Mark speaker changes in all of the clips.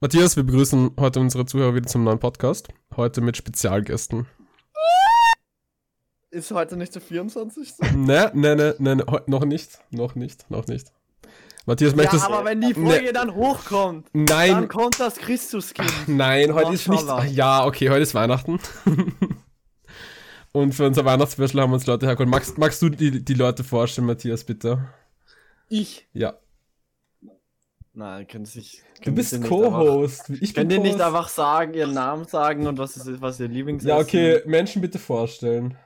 Speaker 1: Matthias, wir begrüßen heute unsere Zuhörer wieder zum neuen Podcast. Heute mit Spezialgästen.
Speaker 2: Ist heute nicht der 24.
Speaker 1: Ne, ne, ne, ne, ne heu- noch nicht, noch nicht, noch nicht. Matthias,
Speaker 2: ja,
Speaker 1: möchtest Ne,
Speaker 2: aber wenn die Folge dann hochkommt, dann
Speaker 1: Nein,
Speaker 2: kommt das Christuskind.
Speaker 1: nein, heute
Speaker 2: Ach,
Speaker 1: ist nicht.
Speaker 2: Schala.
Speaker 1: Ach ja, okay, heute ist Weihnachten. Und für unser Weihnachtsspecial haben uns Leute hergeholt. Magst, magst du die, die Leute vorstellen, Matthias, bitte?
Speaker 2: Ich.
Speaker 1: Ja.
Speaker 2: Nein, können sich.
Speaker 1: Du
Speaker 2: können sie
Speaker 1: bist
Speaker 2: nicht
Speaker 1: Co-Host. Ich
Speaker 2: einfach- Können die nicht
Speaker 1: Co-Host.
Speaker 2: einfach sagen, ihren Namen sagen und was ist was ihr Lieblings
Speaker 1: Ja, okay, Menschen bitte vorstellen.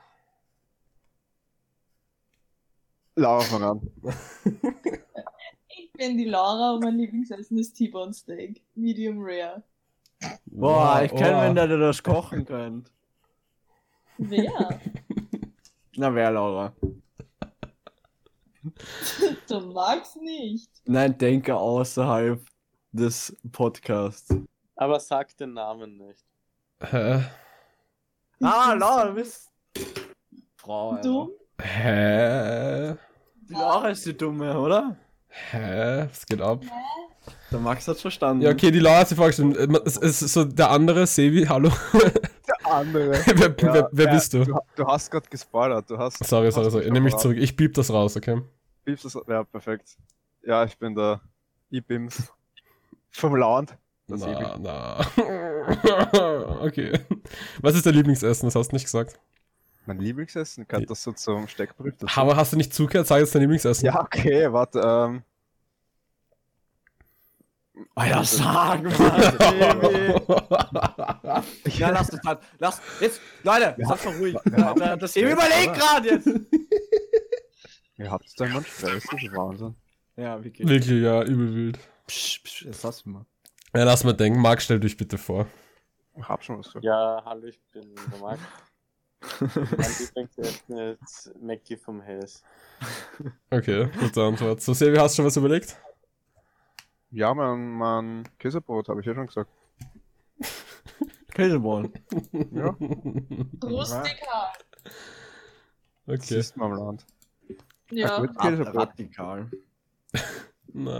Speaker 3: Laura fang an.
Speaker 4: Ich bin die Laura und mein Lieblingsessen ist T-Bone Steak. Medium Rare.
Speaker 2: Boah, ich kann,
Speaker 1: oha.
Speaker 2: wenn ihr das kochen könnt.
Speaker 4: Wer?
Speaker 2: Na, wer, Laura?
Speaker 4: du magst nicht.
Speaker 2: Nein, denke außerhalb des Podcasts.
Speaker 5: Aber sag den Namen nicht.
Speaker 1: Hä?
Speaker 2: Ah, Laura, du bist. Frau.
Speaker 4: Dumm?
Speaker 2: Alter.
Speaker 1: Hä?
Speaker 2: Die Laura ist die Dumme, oder?
Speaker 1: Hä? Was geht ab?
Speaker 2: Der Max hat's verstanden.
Speaker 1: Ja, okay, die Laura hat sich vorgestellt. Ähm, Es es ist so der andere, Sevi, hallo.
Speaker 3: Der andere.
Speaker 1: wer wer, wer
Speaker 3: ja,
Speaker 1: bist du?
Speaker 3: Du, du hast gerade gespoilert. Du hast.
Speaker 1: Sorry,
Speaker 3: du
Speaker 1: sorry,
Speaker 3: hast
Speaker 1: sorry.
Speaker 3: mich
Speaker 1: Nehme ich
Speaker 3: verraten.
Speaker 1: zurück. Ich bieb das raus, okay?
Speaker 3: Piepst das- Ja, perfekt. Ja, ich bin der Ibims. Vom Land. Das
Speaker 1: Na,
Speaker 3: Ibi-
Speaker 1: na. okay. Was ist dein Lieblingsessen? Das hast du nicht gesagt.
Speaker 3: Mein Lieblingsessen? Kann das so zum Steckbrief dazu?
Speaker 1: Aber hast du nicht zugehört? Sag jetzt dein Lieblingsessen.
Speaker 3: Ja, okay, warte. Ähm,
Speaker 2: Alter, sag mal.
Speaker 3: ich,
Speaker 2: Ja, lasst uns halt. Lasst. Jetzt, Leute, ja. seid mal ruhig.
Speaker 3: Ja.
Speaker 2: Da- Das eben überlegt gerade jetzt.
Speaker 3: ihr habt da einen Stress, das ist Wahnsinn.
Speaker 2: Ja, wie geht's?
Speaker 1: Wirklich, ja, übel wild.
Speaker 3: Psch, psch, das hast du mal.
Speaker 1: Ja, lass mal denken. Marc, stell dich bitte vor.
Speaker 3: Ich hab schon was gesagt.
Speaker 5: Ja, hallo, ich bin der Marc. mein Lieblingsessen ist Mackie vom Hess.
Speaker 1: Okay, gute Antwort. So, Sevi, hast du schon was überlegt?
Speaker 3: Ja, mein, mein Käsebrot habe ich ja schon gesagt.
Speaker 2: Käsebrot.
Speaker 3: Ja,
Speaker 4: Rustika.
Speaker 3: das
Speaker 1: Okay.
Speaker 3: ist mein Land.
Speaker 4: Ja.
Speaker 2: Ah,
Speaker 3: gut. Käsebrot.
Speaker 2: Radikal.
Speaker 1: Na.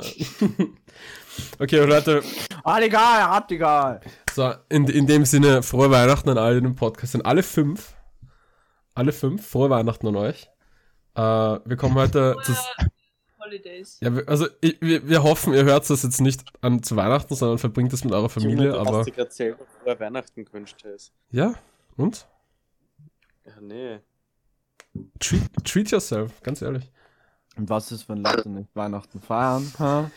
Speaker 1: okay, Leute,
Speaker 2: Radikal, radikal.
Speaker 1: So, in, in dem Sinne, frohe Weihnachten an alle, die im Podcast sind. Alle fünf. Alle fünf, frohe Weihnachten an euch. Äh, wir kommen heute zu.
Speaker 4: Holidays.
Speaker 1: Ja, wir- also ich, wir, wir hoffen, ihr hört das jetzt nicht an zu Weihnachten, sondern verbringt es mit eurer Familie,
Speaker 5: du
Speaker 1: aber.
Speaker 5: hast dir gerade selber frohe Weihnachten gewünscht, Hess.
Speaker 1: Ja, und?
Speaker 5: Ja, nee.
Speaker 1: Treat, treat yourself, ganz ehrlich.
Speaker 2: Und was ist, wenn Leute nicht Weihnachten feiern? Ha?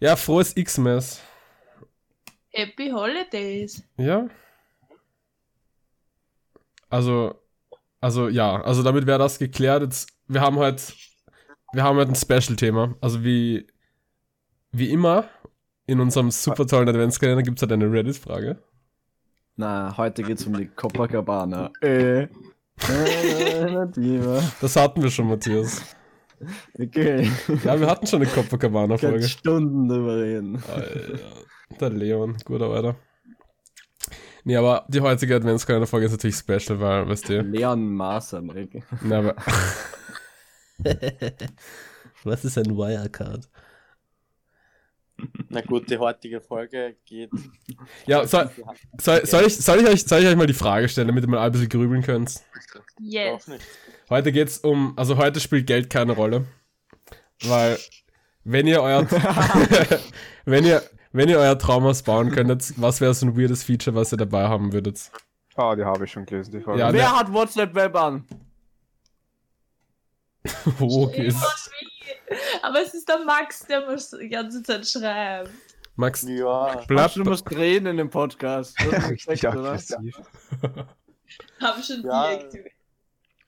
Speaker 1: Ja, frohes X-Mess.
Speaker 4: Happy Holidays.
Speaker 1: Ja. Also, also ja, also damit wäre das geklärt. Jetzt, wir haben heute, wir haben heute ein Special-Thema. Also wie, wie immer in unserem super tollen Adventskalender gibt es halt eine Reddit-Frage.
Speaker 2: Na, heute geht's um die Copacabana. Äh. Alternative.
Speaker 1: Das hatten wir schon, Matthias.
Speaker 2: Okay.
Speaker 1: Ja, wir hatten schon eine
Speaker 2: Ganz
Speaker 1: Copacabana-Folge.
Speaker 2: Stunden drüber reden.
Speaker 1: Alter, Der Leon, guter Alter. Nee, aber die heutige Adventskalender-Folge ist natürlich special, weil, weißt du,
Speaker 2: Leon Maas am Ring.
Speaker 1: Na, aber. Was ist ein Wirecard?
Speaker 5: Na gut, die heutige Folge geht.
Speaker 1: Ja, soll, soll, soll, ich, soll, ich euch, soll ich euch mal die Frage stellen, damit ihr mal ein bisschen grübeln könnt?
Speaker 4: Yes.
Speaker 5: Auch nicht.
Speaker 1: Heute geht's um, also heute spielt Geld keine Rolle. Weil, wenn ihr euer, wenn ihr, wenn ihr euer Traumhaus bauen könntet, was wäre so ein weirdes Feature, was ihr dabei haben würdet?
Speaker 3: Ah, die habe ich schon gelesen, die Frage.
Speaker 1: Ja,
Speaker 2: Wer
Speaker 1: ne-
Speaker 2: hat WhatsApp-Web an?
Speaker 1: Oh, okay.
Speaker 4: Irgendwas will. Aber es ist der Max, der muss die ganze Zeit schreiben.
Speaker 1: Max,
Speaker 5: Ja,
Speaker 1: bleib,
Speaker 2: Du musst reden in dem Podcast. Das
Speaker 1: ne.
Speaker 2: ist
Speaker 3: Richtig
Speaker 2: perfekt, oder?
Speaker 3: aggressiv.
Speaker 4: Hab schon
Speaker 5: Ja.
Speaker 4: deaktiviert.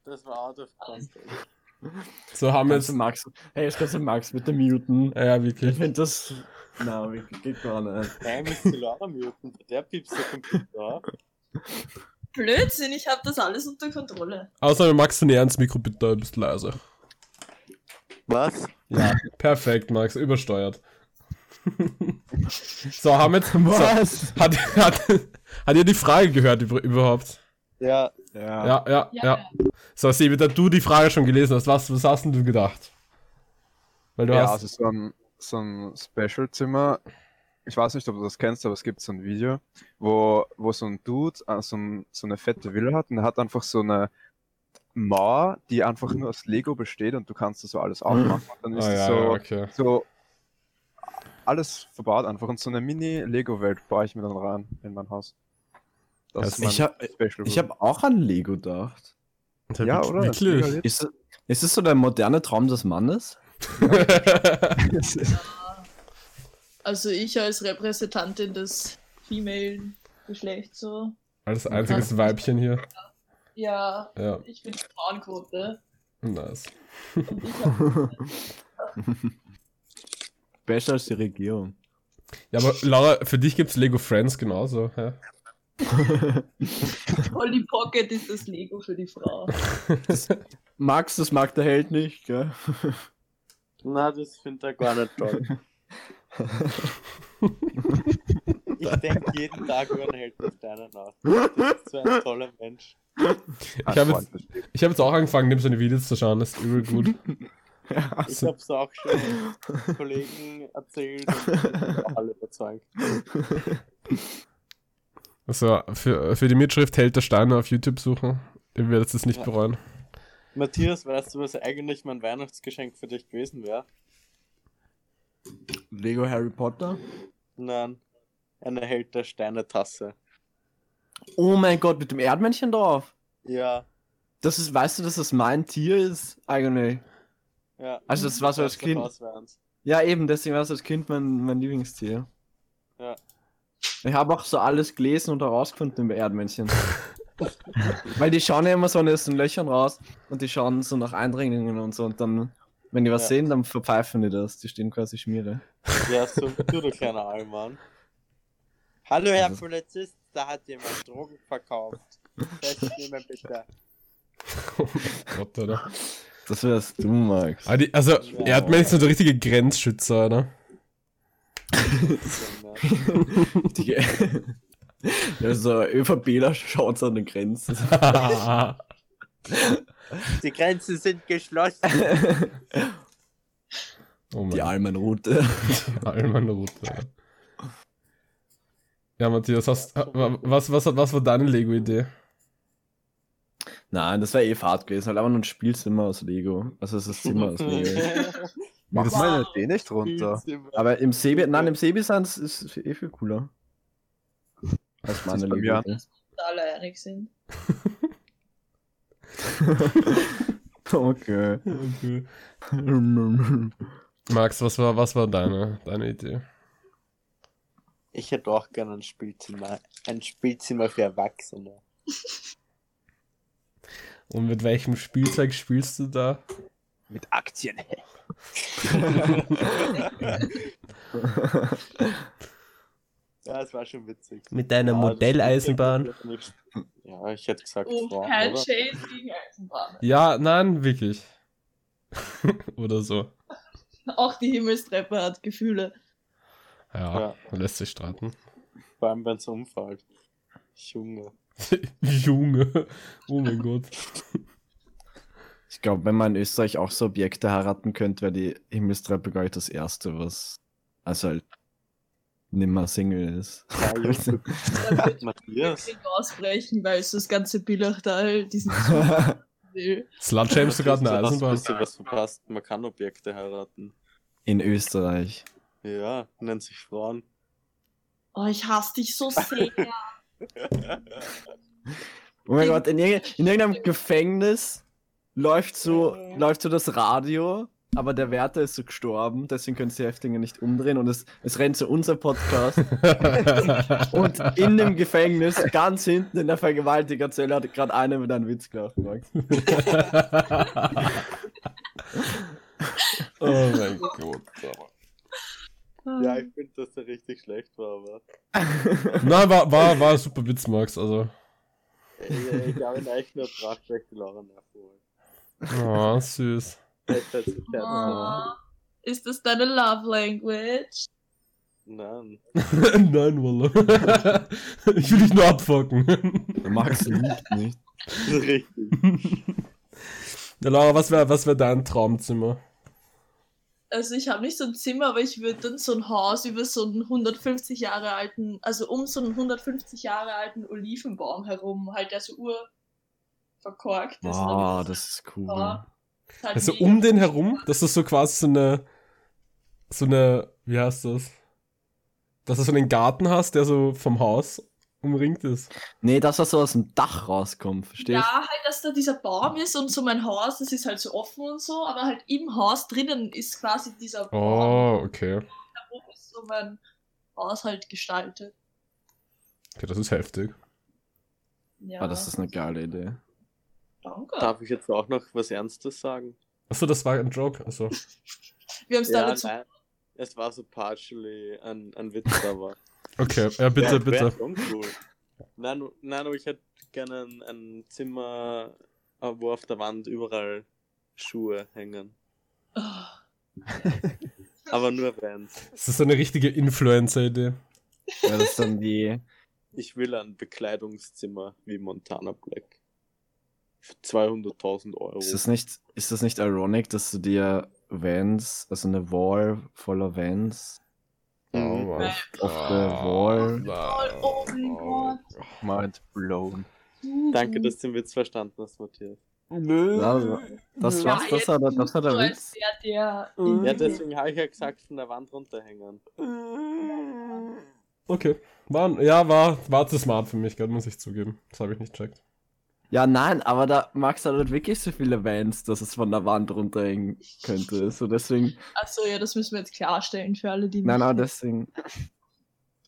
Speaker 5: das war out of context.
Speaker 1: so haben wir
Speaker 2: Kannst
Speaker 1: jetzt.
Speaker 2: du Max, hey, jetzt kannst du Max bitte muten.
Speaker 1: Ja, ja,
Speaker 2: Ich
Speaker 1: wirklich.
Speaker 2: finde das. Na, wirklich, geht gar nicht.
Speaker 5: Nein, müsst die Laura muten. Der piepst der Computer auf.
Speaker 4: Blödsinn, ich hab das alles unter Kontrolle.
Speaker 1: Außerdem Max, du näher ans Mikro, bitte, du bist leise.
Speaker 5: Was?
Speaker 1: Ja, perfekt, Max, übersteuert. so, haben wir jetzt. So,
Speaker 2: Was?
Speaker 1: Hat, hat, hat ihr die Frage gehört über, überhaupt?
Speaker 5: Ja,
Speaker 2: Ja.
Speaker 1: Ja, ja, ja.
Speaker 4: Ja.
Speaker 1: So, Sebi, da du die Frage schon gelesen hast, was, was hast denn du gedacht? Weil du
Speaker 3: ja,
Speaker 1: hast.
Speaker 3: also so ein, so ein Special-Zimmer ich weiß nicht, ob du das kennst, aber es gibt so ein Video, wo, wo so ein Dude äh, so, ein, so eine fette Villa hat und er hat einfach so eine Mauer, die einfach nur aus Lego besteht und du kannst da so alles aufmachen. Und dann ist
Speaker 1: Ah,
Speaker 3: das
Speaker 1: ja,
Speaker 3: so,
Speaker 1: ja, okay.
Speaker 3: so alles verbaut einfach und so eine Mini-Lego-Welt baue ich mir dann rein in mein Haus.
Speaker 1: Das-
Speaker 2: Ich hab-
Speaker 3: Special
Speaker 2: Ich habe auch an Lego gedacht.
Speaker 3: ja, oder?
Speaker 1: Wirklich?
Speaker 2: Ist, ist es so der moderne Traum des Mannes?
Speaker 4: Also ich als Repräsentantin des Female-Geschlechts so.
Speaker 1: Als einziges Weibchen hier.
Speaker 4: Ja,
Speaker 1: Ja,
Speaker 4: ich bin die Frauenquote.
Speaker 1: nice.
Speaker 4: Und ich hab,
Speaker 2: Besser als die Regierung.
Speaker 1: Ja, aber Laura, für dich gibt's Lego Friends genauso, hä?
Speaker 4: Polly Pocket ist das Lego für die Frau.
Speaker 2: Max, das mag der Held nicht, gell?
Speaker 5: Na, das findet er gar nicht toll. ich denke jeden Tag über den Held auf deiner nach. Das ist so ein toller Mensch.
Speaker 1: Ich habe jetzt, ich hab jetzt auch angefangen, dem seine Videos zu schauen, das ist übel gut.
Speaker 5: Ich hab's auch schon Kollegen erzählt und die sind auch alle überzeugt.
Speaker 1: Also, für, für die Mitschrift Held der Steine auf YouTube suchen. Ihr werdet es nicht
Speaker 5: Ja.
Speaker 1: bereuen.
Speaker 5: Matthias, weißt du, was eigentlich mein Weihnachtsgeschenk für dich gewesen wäre?
Speaker 2: Lego Harry Potter?
Speaker 5: Nein, eine Held der Steine Tasse.
Speaker 2: Oh mein Gott, mit dem Erdmännchen drauf.
Speaker 5: Ja,
Speaker 2: Das ist, weißt du, dass das mein Tier ist? Eigentlich.
Speaker 5: ja.
Speaker 2: Also das war so als
Speaker 5: Das
Speaker 2: Kind.
Speaker 5: daraus wär eins.
Speaker 2: Ja, eben, deswegen war es als Kind mein, mein Lieblingstier.
Speaker 5: Ja.
Speaker 2: Ich habe auch so alles gelesen und herausgefunden über Erdmännchen. Weil die schauen ja immer so aus den Löchern raus und die schauen so nach Eindringlingen und so und dann, wenn die was
Speaker 5: Ja.
Speaker 2: sehen, dann verpfeifen die das. Die stehen quasi Schmiere.
Speaker 5: Ja, so du, du kleiner Allmann. Hallo, Herr
Speaker 2: Also-
Speaker 5: Polizist, da hat jemand Drogen verkauft. Festnehmen bitte.
Speaker 1: Oh mein Gott, oder?
Speaker 2: Das wärst du, Max.
Speaker 1: Ah, die, also,
Speaker 5: Ja.
Speaker 1: Erdmännchen sind so richtige Grenzschützer, ne? oder?
Speaker 2: Die- Also ÖVPler schaut an den Grenzen.
Speaker 5: Die Grenzen sind geschlossen.
Speaker 1: oh
Speaker 2: Die
Speaker 1: mein
Speaker 2: Almenroute.
Speaker 1: Almanroute. Ja, Matthias, hast, äh, was, was, was war deine Lego-Idee?
Speaker 2: Nein, das wäre eh fad gewesen, halt einfach nur ein Spielzimmer aus Lego. Also es ist Zimmer aus Lego.
Speaker 3: Mach
Speaker 1: das-
Speaker 3: meine Idee nicht runter.
Speaker 2: Aber im Sebi, nein, im Sebi sans ist eh viel cooler. Als meine
Speaker 3: ist bei
Speaker 2: Liebe.
Speaker 4: Da alle einig sind.
Speaker 2: okay.
Speaker 1: Okay. Max, was war, was war deine, deine Idee?
Speaker 5: Ich hätte auch gerne ein Spielzimmer. Ein Spielzimmer für Erwachsene.
Speaker 1: Und mit welchem Spielzeug spielst du da?
Speaker 3: Mit Aktien.
Speaker 5: Ja, das war schon witzig.
Speaker 1: Mit deiner
Speaker 5: ja, also das
Speaker 1: Modelleisenbahn?
Speaker 5: ist wirklich nicht- Ja, ich hätte gesagt,
Speaker 4: Oh,
Speaker 5: Frauen,
Speaker 4: kein
Speaker 5: oder?
Speaker 4: Chase gegen Eisenbahnen.
Speaker 1: Ja, nein, wirklich. Oder so.
Speaker 4: Auch die Himmelstreppe hat Gefühle.
Speaker 1: Ja, lässt sich streiten.
Speaker 5: Vor allem, wenn es umfällt. Junge.
Speaker 1: Junge. Oh mein Gott.
Speaker 2: Ich glaube, wenn man in Österreich auch so Objekte heiraten könnte, wäre die Himmelstreppe, glaube ich, das erste, was. Also halt nimmer Single ist.
Speaker 5: Ja, Junge.
Speaker 4: Da wird
Speaker 5: Matthias.
Speaker 4: Krieg ausbrechen, weil es das ganze halt, Billachtal diesen will.
Speaker 1: Slutshame ist sogar eine
Speaker 5: Du hast
Speaker 1: Eisenbahn.
Speaker 5: bisschen was verpasst. Man kann Objekte heiraten.
Speaker 2: in Österreich.
Speaker 5: Ja, nennt sich Frauen.
Speaker 4: Oh, ich hasse dich so sehr.
Speaker 2: Oh mein Gott, in, irgende- in irgendeinem Gefängnis läuft so, läuft so das Radio, aber der Wärter ist so gestorben, deswegen können sie die Häftlinge nicht umdrehen und es, es rennt so unser Podcast. Und in dem Gefängnis, ganz hinten in der Vergewaltigerzelle, hat gerade einer mit einem Witz gelacht, Max.
Speaker 1: oh mein Gott. aber-
Speaker 5: Ja, ich finde, dass der richtig schlecht war, aber.
Speaker 1: Nein, war, war, war ein super Witz, Max. Also,
Speaker 5: Äh, Ich habe ihn eigentlich nur Brachweg Lauren hervorholen.
Speaker 1: oh, süß.
Speaker 5: Vielleicht hat sich der- halt
Speaker 4: Oh, ist das deine Love Language?
Speaker 5: Nein.
Speaker 1: Nein, Wallah. ich will dich nur abfucken.
Speaker 2: Max liebt nicht.
Speaker 5: Richtig.
Speaker 1: Ja, Laura, was wäre was wär dein Traumzimmer?
Speaker 4: also ich habe nicht so ein Zimmer, aber ich würde dann so ein Haus über so einen 150 Jahre alten, also um so einen 150 Jahre alten Olivenbaum herum, halt der so urverkorkt ist.
Speaker 2: Wow, das ist cool.
Speaker 4: Ja. Das ist halt
Speaker 1: Also
Speaker 4: mega
Speaker 1: um den
Speaker 4: cool.
Speaker 1: herum, das ist so quasi so eine, so eine, wie heißt das? Dass du so einen Garten hast, der so vom Haus umringt ist.
Speaker 2: Nee, das, was so aus dem Dach rauskommt, verstehst
Speaker 4: Ja, halt, dass da dieser Baum ist und so mein Haus, das ist halt so offen und so, aber halt im Haus drinnen ist quasi dieser Baum,
Speaker 1: Oh, okay.
Speaker 4: wo ist so mein Haus halt gestaltet.
Speaker 1: Okay, das ist heftig.
Speaker 2: du?
Speaker 4: Ja,
Speaker 2: Ah, das ist eine geile Idee.
Speaker 4: danke.
Speaker 5: Darf ich jetzt auch noch was Ernstes sagen?
Speaker 1: Achso, das war ein Joke. Also,
Speaker 4: Wir haben es da alle zu.
Speaker 5: nein. Es war so partially ein, ein Witz, aber.
Speaker 1: okay, ja, bitte,
Speaker 5: Wär- wär
Speaker 1: bitte.
Speaker 5: schon cool. Nein, nur- nein, aber ich hätte gerne ein, ein Zimmer, äh, wo auf der Wand überall Schuhe hängen.
Speaker 4: Oh,
Speaker 5: Aber nur Vans.
Speaker 1: Das ist so eine richtige Influencer-Idee.
Speaker 2: Ja, das ist dann die.
Speaker 5: Ich will ein Bekleidungszimmer wie Montana Black. Für 200.000 Euro.
Speaker 2: Ist das nicht, ist das nicht ironic, dass du dir Vans, also eine Wall voller Vans,
Speaker 5: Mhm.
Speaker 1: Mann.
Speaker 2: Oh, auf der Wall.
Speaker 4: oh mein Gott.
Speaker 3: Mind blown.
Speaker 5: Danke, dass du den Witz verstanden hast, Matthias.
Speaker 1: Nö.
Speaker 2: Ja, das
Speaker 4: Ja,
Speaker 2: war's, das
Speaker 4: jetzt
Speaker 2: war der,
Speaker 4: tust
Speaker 2: das war der
Speaker 4: du,
Speaker 2: Witz.
Speaker 4: als wär der
Speaker 1: Ja,
Speaker 5: Ja,
Speaker 4: Idiot.
Speaker 5: deswegen habe ich ja gesagt, von der Wand runterhängen.
Speaker 1: Okay. War, ja, war, war zu smart für mich, gerade muss ich zugeben. Das habe ich nicht checkt.
Speaker 2: Ja, nein, aber da Max hat halt wirklich so viele Vans, dass es von der Wand runterhängen könnte. So deswegen.
Speaker 4: Achso, ja, das müssen wir jetzt klarstellen für alle, die
Speaker 2: Nein,
Speaker 4: nicht-
Speaker 2: aber deswegen.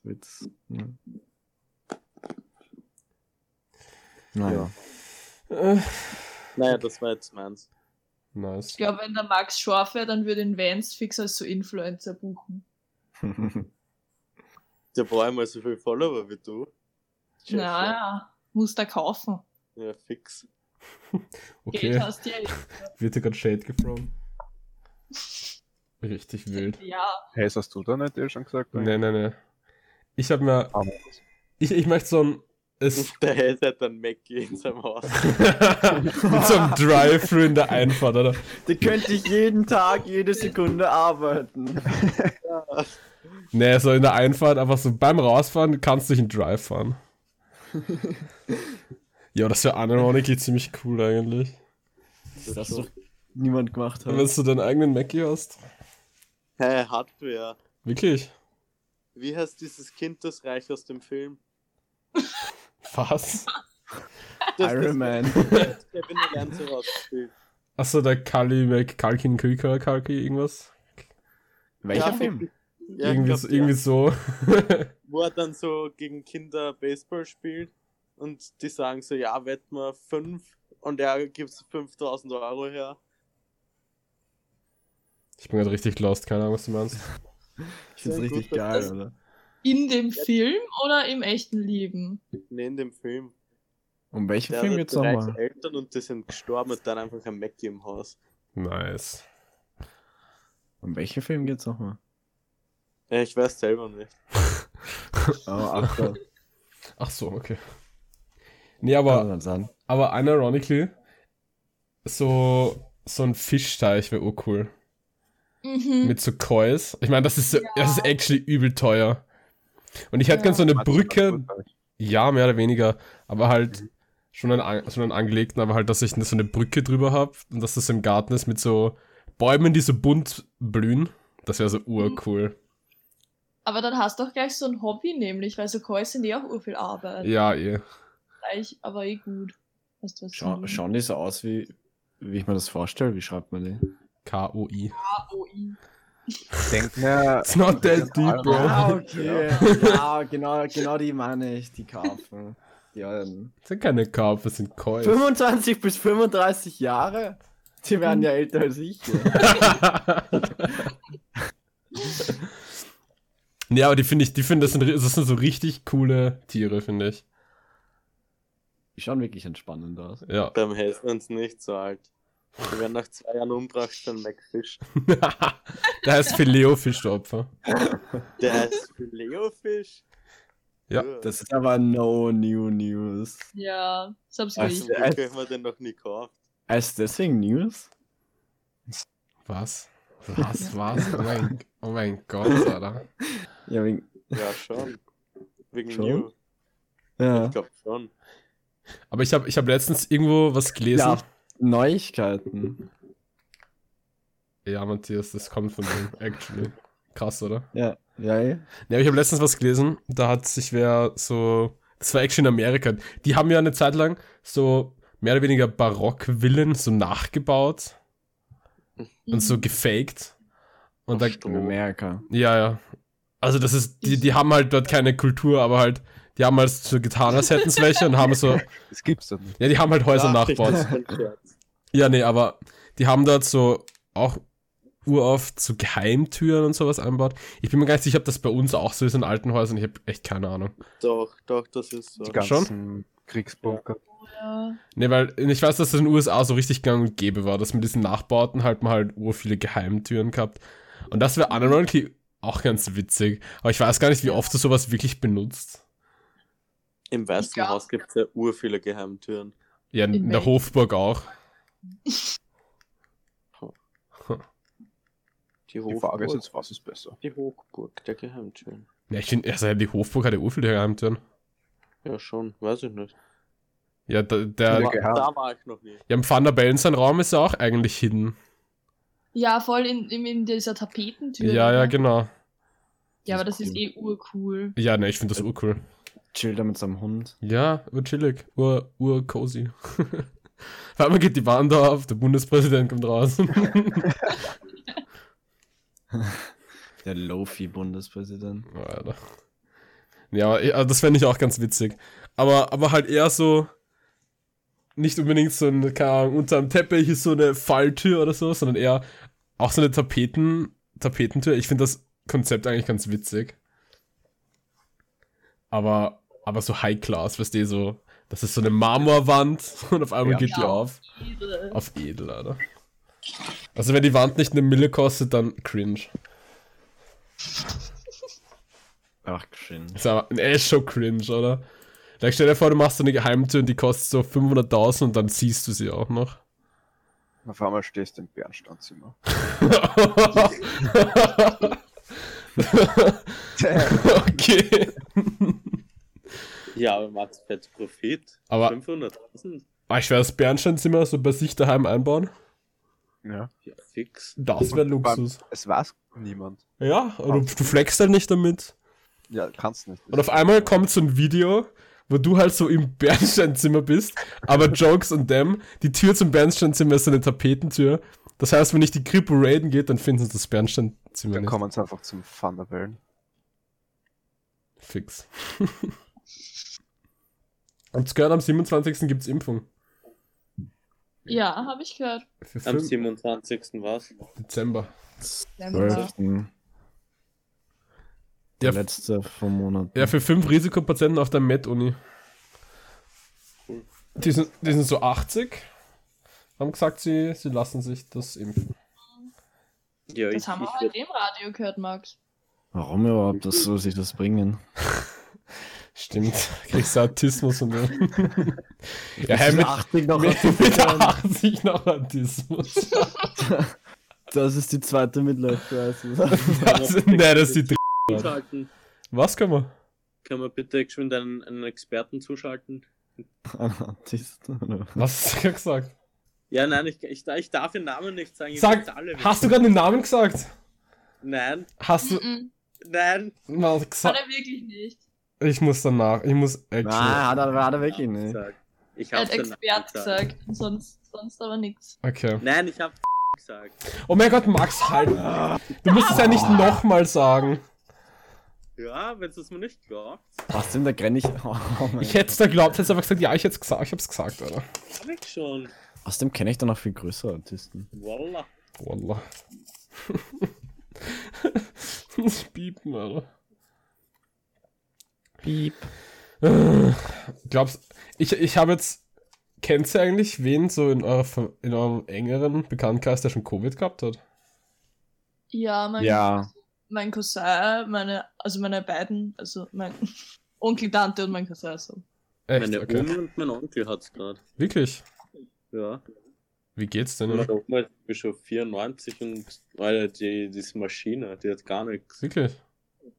Speaker 2: Witz. ne? Ja. Naja.
Speaker 1: Äh,
Speaker 5: Naja, das war jetzt meins.
Speaker 1: nice.
Speaker 4: Ich glaube, wenn der Max scharf wäre, dann würde ihn Vans fix als so Influencer buchen.
Speaker 5: Der braucht einmal so viele Follower wie du. Tschüss,
Speaker 4: Naja, muss da kaufen.
Speaker 5: Ja, Ja, fix.
Speaker 4: Geld
Speaker 1: Okay.
Speaker 4: hast du ja, eh.
Speaker 1: Wird hier gerade Shade gefroren. Richtig wild.
Speaker 4: ja.
Speaker 3: Hey, hast du da nicht eh schon gesagt?
Speaker 1: Nee, nee, nee. Ich habe mir.
Speaker 3: Aber-
Speaker 1: Ich, ich möchte so ein. Es,
Speaker 5: Der Held hat dann Mackie in seinem Haus.
Speaker 1: mit so einem Drive-Thru in der Einfahrt, oder?
Speaker 2: Die könnte ich jeden Tag, jede Sekunde arbeiten.
Speaker 1: Nee, so in der Einfahrt einfach so beim Rausfahren kannst du durch einen Drive fahren. ja, das wäre unironically ziemlich cool eigentlich.
Speaker 2: Das doch niemand gemacht
Speaker 1: Wenn
Speaker 2: hat.
Speaker 1: du deinen eigenen Mackie hast.
Speaker 5: Hey, Hardware.
Speaker 1: Wirklich?
Speaker 5: Wie heißt dieses Kind, das reich aus dem Film?
Speaker 1: Was?
Speaker 5: Das,
Speaker 2: Iron Man.
Speaker 5: Das Kevin allein zu Hause spielt.
Speaker 1: Achso, der Kali McCalkin Kuika Kalki, irgendwas?
Speaker 2: Welcher
Speaker 5: Ja.
Speaker 2: Film?
Speaker 5: Ja,
Speaker 1: irgendwie,
Speaker 5: ich
Speaker 1: so,
Speaker 5: glaub,
Speaker 1: irgendwie
Speaker 5: ja.
Speaker 1: so.
Speaker 5: Wo er dann so gegen Kinder Baseball spielt und die sagen so, ja, wetten wir 5 und er gibt 5000 Euro her.
Speaker 1: Ich bin gerade richtig lost, keine Ahnung, was du meinst.
Speaker 2: Ich find's
Speaker 5: Sehr
Speaker 2: richtig
Speaker 5: gut,
Speaker 2: geil,
Speaker 5: das-
Speaker 2: oder?
Speaker 4: In dem Film oder im echten Leben?
Speaker 5: Nee, in dem Film.
Speaker 2: Um welchen
Speaker 5: Der
Speaker 2: Film
Speaker 5: hat
Speaker 2: geht's
Speaker 5: reiche
Speaker 2: nochmal?
Speaker 5: Eltern und die sind gestorben und dann einfach ein Mackie im Haus.
Speaker 1: Nice.
Speaker 2: Um welchen Film geht's nochmal?
Speaker 5: Ja, ich weiß selber nicht.
Speaker 2: Oh, ach, Gott.
Speaker 1: Ach so, okay. Nee,
Speaker 2: Kann
Speaker 5: Also-
Speaker 1: aber,
Speaker 2: man sagen.
Speaker 1: aber unironically, so, so ein Fischteich wäre urcool.
Speaker 4: Mhm.
Speaker 1: Mit so Kois. Ich meine, das ist, so- das ist actually übel teuer. Und ich hätte
Speaker 4: Ja.
Speaker 1: gern so eine Brücke, ja, mehr oder weniger, aber halt schon, einen, an- schon einen angelegten, aber halt, dass ich so eine Brücke drüber habe und dass das im Garten ist mit so Bäumen, die so bunt blühen. Das wäre so urcool.
Speaker 4: Aber dann hast du doch gleich so ein Hobby, nämlich, weil so Calls sind eh auch urviel Arbeit.
Speaker 1: Ja, eh.
Speaker 4: Gleich, aber eh gut. Hast du was
Speaker 2: Schau,
Speaker 4: zu-
Speaker 2: schauen die so aus, wie, wie ich mir das vorstelle? Wie schreibt man die?
Speaker 1: K.O.I.
Speaker 4: OI.
Speaker 3: Denk mir,
Speaker 1: It's not that deep, bro.
Speaker 2: Ah, okay. Ja, genau, genau die meine ich, die kaufen. Ja,
Speaker 1: Das sind keine Karpfen, das sind Kois.
Speaker 2: 25 bis 35 Jahre? Die werden ja älter als ich. Ja.
Speaker 1: ja, aber die finde ich, die finde, das sind, ri- das sind so richtig coole Tiere, finde ich.
Speaker 2: Die schauen wirklich entspannend aus.
Speaker 1: Ja.
Speaker 5: Beim Held uns nicht so alt. Wir werden nach zwei Jahren umgebracht von Macfish.
Speaker 1: Der heißt Fileofisch, der Opfer.
Speaker 5: Der heißt Fileofisch.
Speaker 1: Ja,
Speaker 2: Das ist aber no new news.
Speaker 4: Ja, das hab's
Speaker 5: also,
Speaker 4: also,
Speaker 5: ich
Speaker 2: echt.
Speaker 5: habe mir den noch nie gekauft.
Speaker 2: Heißt deswegen News?
Speaker 1: Was? Was, was? Oh mein, oh mein Gott, Alter.
Speaker 2: Ja, wegen,
Speaker 5: Ja, schon. Wegen
Speaker 2: Schon?
Speaker 5: New.
Speaker 2: ja.
Speaker 5: Ich glaube schon.
Speaker 1: Aber ich habe ich hab letztens irgendwo was gelesen.
Speaker 2: ja, Neuigkeiten.
Speaker 1: Ja. Matthias, das kommt von dem, actually. Krass, oder?
Speaker 2: Ja, ja, ja.
Speaker 1: Ja, ich habe letztens was gelesen, da hat sich wer so, das war actually in Amerika, die haben ja eine Zeit lang so mehr oder weniger Barockvillen so nachgebaut und
Speaker 5: Mhm.
Speaker 4: Mhm.
Speaker 1: so gefaked. Und da,
Speaker 2: In Amerika.
Speaker 1: ja, ja. Also das ist, die, die haben halt dort keine Kultur, aber halt, die haben halt so getan, als hätten es welche und haben so,
Speaker 3: Das gibt's doch nicht.
Speaker 1: ja, die haben halt Häuser
Speaker 5: Dachte ich,
Speaker 1: nachgebaut.
Speaker 5: das ist ein Scherz.
Speaker 1: Ja, nee, aber die haben dort so auch uroft so Geheimtüren und sowas angebaut. Ich bin mir gar nicht sicher, ob das bei uns auch so ist in alten Häusern. Ich habe echt keine Ahnung.
Speaker 5: Doch, doch, das ist so.
Speaker 3: Die ganzen Kriegsbunker.
Speaker 4: Ja.
Speaker 1: Nee, weil ich weiß, dass das in den USA so richtig gang und gäbe war, dass mit diesen Nachbauten halt man halt ur viele Geheimtüren gehabt. Und das wäre unironically auch ganz witzig. Aber ich weiß gar nicht, wie oft du sowas wirklich benutzt.
Speaker 5: Im Waisenhaus gibt es ja ur viele Geheimtüren.
Speaker 1: Ja, in,
Speaker 4: In
Speaker 1: der
Speaker 4: welchen?
Speaker 1: Hofburg auch.
Speaker 5: Die
Speaker 3: Die
Speaker 5: Hofburg,
Speaker 3: Frage ist jetzt, was ist besser?
Speaker 5: die Hochburg der Geheimtüren.
Speaker 1: Ja, ich finde, also die Hofburg hat ja ur viele Geheimtüren.
Speaker 5: Ja, schon, weiß ich nicht.
Speaker 1: Ja, da, der,
Speaker 3: Ja,
Speaker 1: ja,
Speaker 5: Wa-
Speaker 3: geheim.
Speaker 5: Da war ich noch nie.
Speaker 1: im Van der Bellen sein Raum ist ja auch eigentlich hidden.
Speaker 4: ja, voll in, in, in dieser Tapetentür.
Speaker 1: Ja, ja,
Speaker 4: oder?
Speaker 1: genau.
Speaker 4: Ja, aber das ist eh urcool.
Speaker 1: Ja, ne, ich finde das urcool.
Speaker 2: Chill da mit seinem Hund.
Speaker 1: Ja, urchillig, ur, ur cozy. Weil man geht die Bahn da auf, der Bundespräsident kommt raus. Oh,
Speaker 2: Der Lofi-Bundespräsident.
Speaker 1: Oh, Alter. Ja, aber, eh, also das fände ich auch ganz witzig. Aber, aber halt eher so, nicht unbedingt so ein, keine Ahnung, unterm Teppich ist so eine Falltür oder so, sondern eher auch so eine Tapeten, Tapetentür. Ich finde das Konzept eigentlich ganz witzig. Aber, aber so High Class, weißt du, so, das ist so eine Marmorwand und auf einmal
Speaker 3: Ja.
Speaker 1: geht die
Speaker 4: Ja.
Speaker 1: auf.
Speaker 4: Edel.
Speaker 1: Auf edel, Alter. Also wenn die Wand nicht eine Mille kostet, dann cringe.
Speaker 2: Ach, schön.
Speaker 1: Ist aber ey, ist schon cringe, oder? Like, stell dir vor, du machst so eine Geheimtür und die kostet so 500.000 und dann siehst du sie auch noch.
Speaker 3: Auf einmal stehst du im Bernsteinzimmer.
Speaker 1: okay.
Speaker 5: Ja, aber Max Fett Profit.
Speaker 1: Aber-
Speaker 5: 500.000?
Speaker 1: Ah, ich werde das Bernsteinzimmer so bei sich daheim einbauen.
Speaker 3: Ja.
Speaker 5: Ja, fix.
Speaker 1: Das wäre
Speaker 3: Und beim-
Speaker 1: Luxus.
Speaker 3: Es weiß niemand.
Speaker 1: Ja, und du, du flexst halt nicht damit.
Speaker 3: Ja, kannst nicht.
Speaker 1: Und auf einmal kommt so ein Video, wo du halt so im Bernsteinzimmer bist, aber Jokes und Damn, die Tür zum Bernsteinzimmer ist so eine Tapetentür. Das heißt, wenn ich die Kripo raiden geht, dann finden sie das Bernsteinzimmer
Speaker 3: Dann
Speaker 1: nicht.
Speaker 3: kommen sie einfach zum Thunderbellen.
Speaker 1: Fix. Und es gehört, am 27. gibt's Impfung.
Speaker 4: Ja, habe ich gehört.
Speaker 1: Für
Speaker 5: Am
Speaker 1: 5.
Speaker 5: 27. war's.
Speaker 1: Dezember.
Speaker 4: Ja.
Speaker 1: Ja,
Speaker 2: Der letzte vom Monat.
Speaker 1: Ja, für fünf Risikopatienten auf der Med-Uni. Die sind, die sind so 80. Haben gesagt, sie, sie lassen sich das impfen.
Speaker 5: Ja,
Speaker 4: Das haben wir auch in dem Radio gehört, Max.
Speaker 2: Warum überhaupt? Das soll sich das bringen.
Speaker 1: Stimmt. Kriegst du Autismus und dann. ja, hey,
Speaker 2: Diese
Speaker 1: mit,
Speaker 2: 80 noch
Speaker 1: mit,
Speaker 2: auf die
Speaker 1: mit
Speaker 2: Fingern.
Speaker 1: 80 noch Autismus.
Speaker 2: Das ist die zweite Midlife-Crisis.
Speaker 1: Das, nee, das ist die dritte.
Speaker 5: Zuschalten.
Speaker 1: Was kann man?
Speaker 5: Kann man bitte geschwind einen, einen Experten zuschalten?
Speaker 2: Ein Autist, oder?
Speaker 1: Was hast du gerade gesagt?
Speaker 5: Ja, nein, ich, ich, ich darf den Namen nicht sagen. Ich
Speaker 1: Sag,
Speaker 5: weiß alle, wie-
Speaker 1: hast du gerade den Namen gesagt?
Speaker 5: Nein,
Speaker 1: Hast du.
Speaker 4: Mhm.
Speaker 5: nein.
Speaker 1: Mal
Speaker 4: Hat
Speaker 1: gesagt?
Speaker 4: er wirklich nicht.
Speaker 1: Ich muss danach. Ich muss actually.
Speaker 2: Nein, hat er, hat er wirklich nicht.
Speaker 5: Sag. Ich
Speaker 4: Er
Speaker 5: hab
Speaker 4: hat
Speaker 5: den
Speaker 4: Expert
Speaker 5: Namen gesagt.
Speaker 4: gesagt, sonst, sonst aber nichts.
Speaker 1: Okay.
Speaker 5: Nein, ich hab gesagt.
Speaker 1: Oh mein Gott, Max, halt. Du musst es ja nicht nochmal sagen.
Speaker 5: Ja, wenn es mir nicht glaubt.
Speaker 2: Was denn, da grenne ich. Oh, mein
Speaker 1: Ich hätte es da geglaubt, hättest einfach gesagt, ja, ich hätte es gesagt, ich hab's gesagt, oder?
Speaker 5: Hab ich schon.
Speaker 2: Gott. Außerdem kenne ich da noch viel größere Autisten.
Speaker 5: Voila.
Speaker 1: Wallah. das Piepen, Alter.
Speaker 2: Piep.
Speaker 1: Äh, Glaubst ich, ich habe jetzt. Kennst du eigentlich wen so in, eurer, Fa- in eurem engeren Bekanntkreis, der schon Covid gehabt hat?
Speaker 4: Ja, mein,
Speaker 2: Ja,
Speaker 4: mein Cousin, meine, also meine beiden, also mein Onkel Dante und mein Cousin so.
Speaker 1: Echt?
Speaker 5: Meine
Speaker 1: okay.
Speaker 5: Omi und mein Onkel hat's grad.
Speaker 1: Wirklich?
Speaker 5: Ja.
Speaker 1: Wie geht's denn?
Speaker 5: Und nochmal Bischof 94 und Alter, die, diese Maschine, die hat gar nichts.
Speaker 1: Wirklich?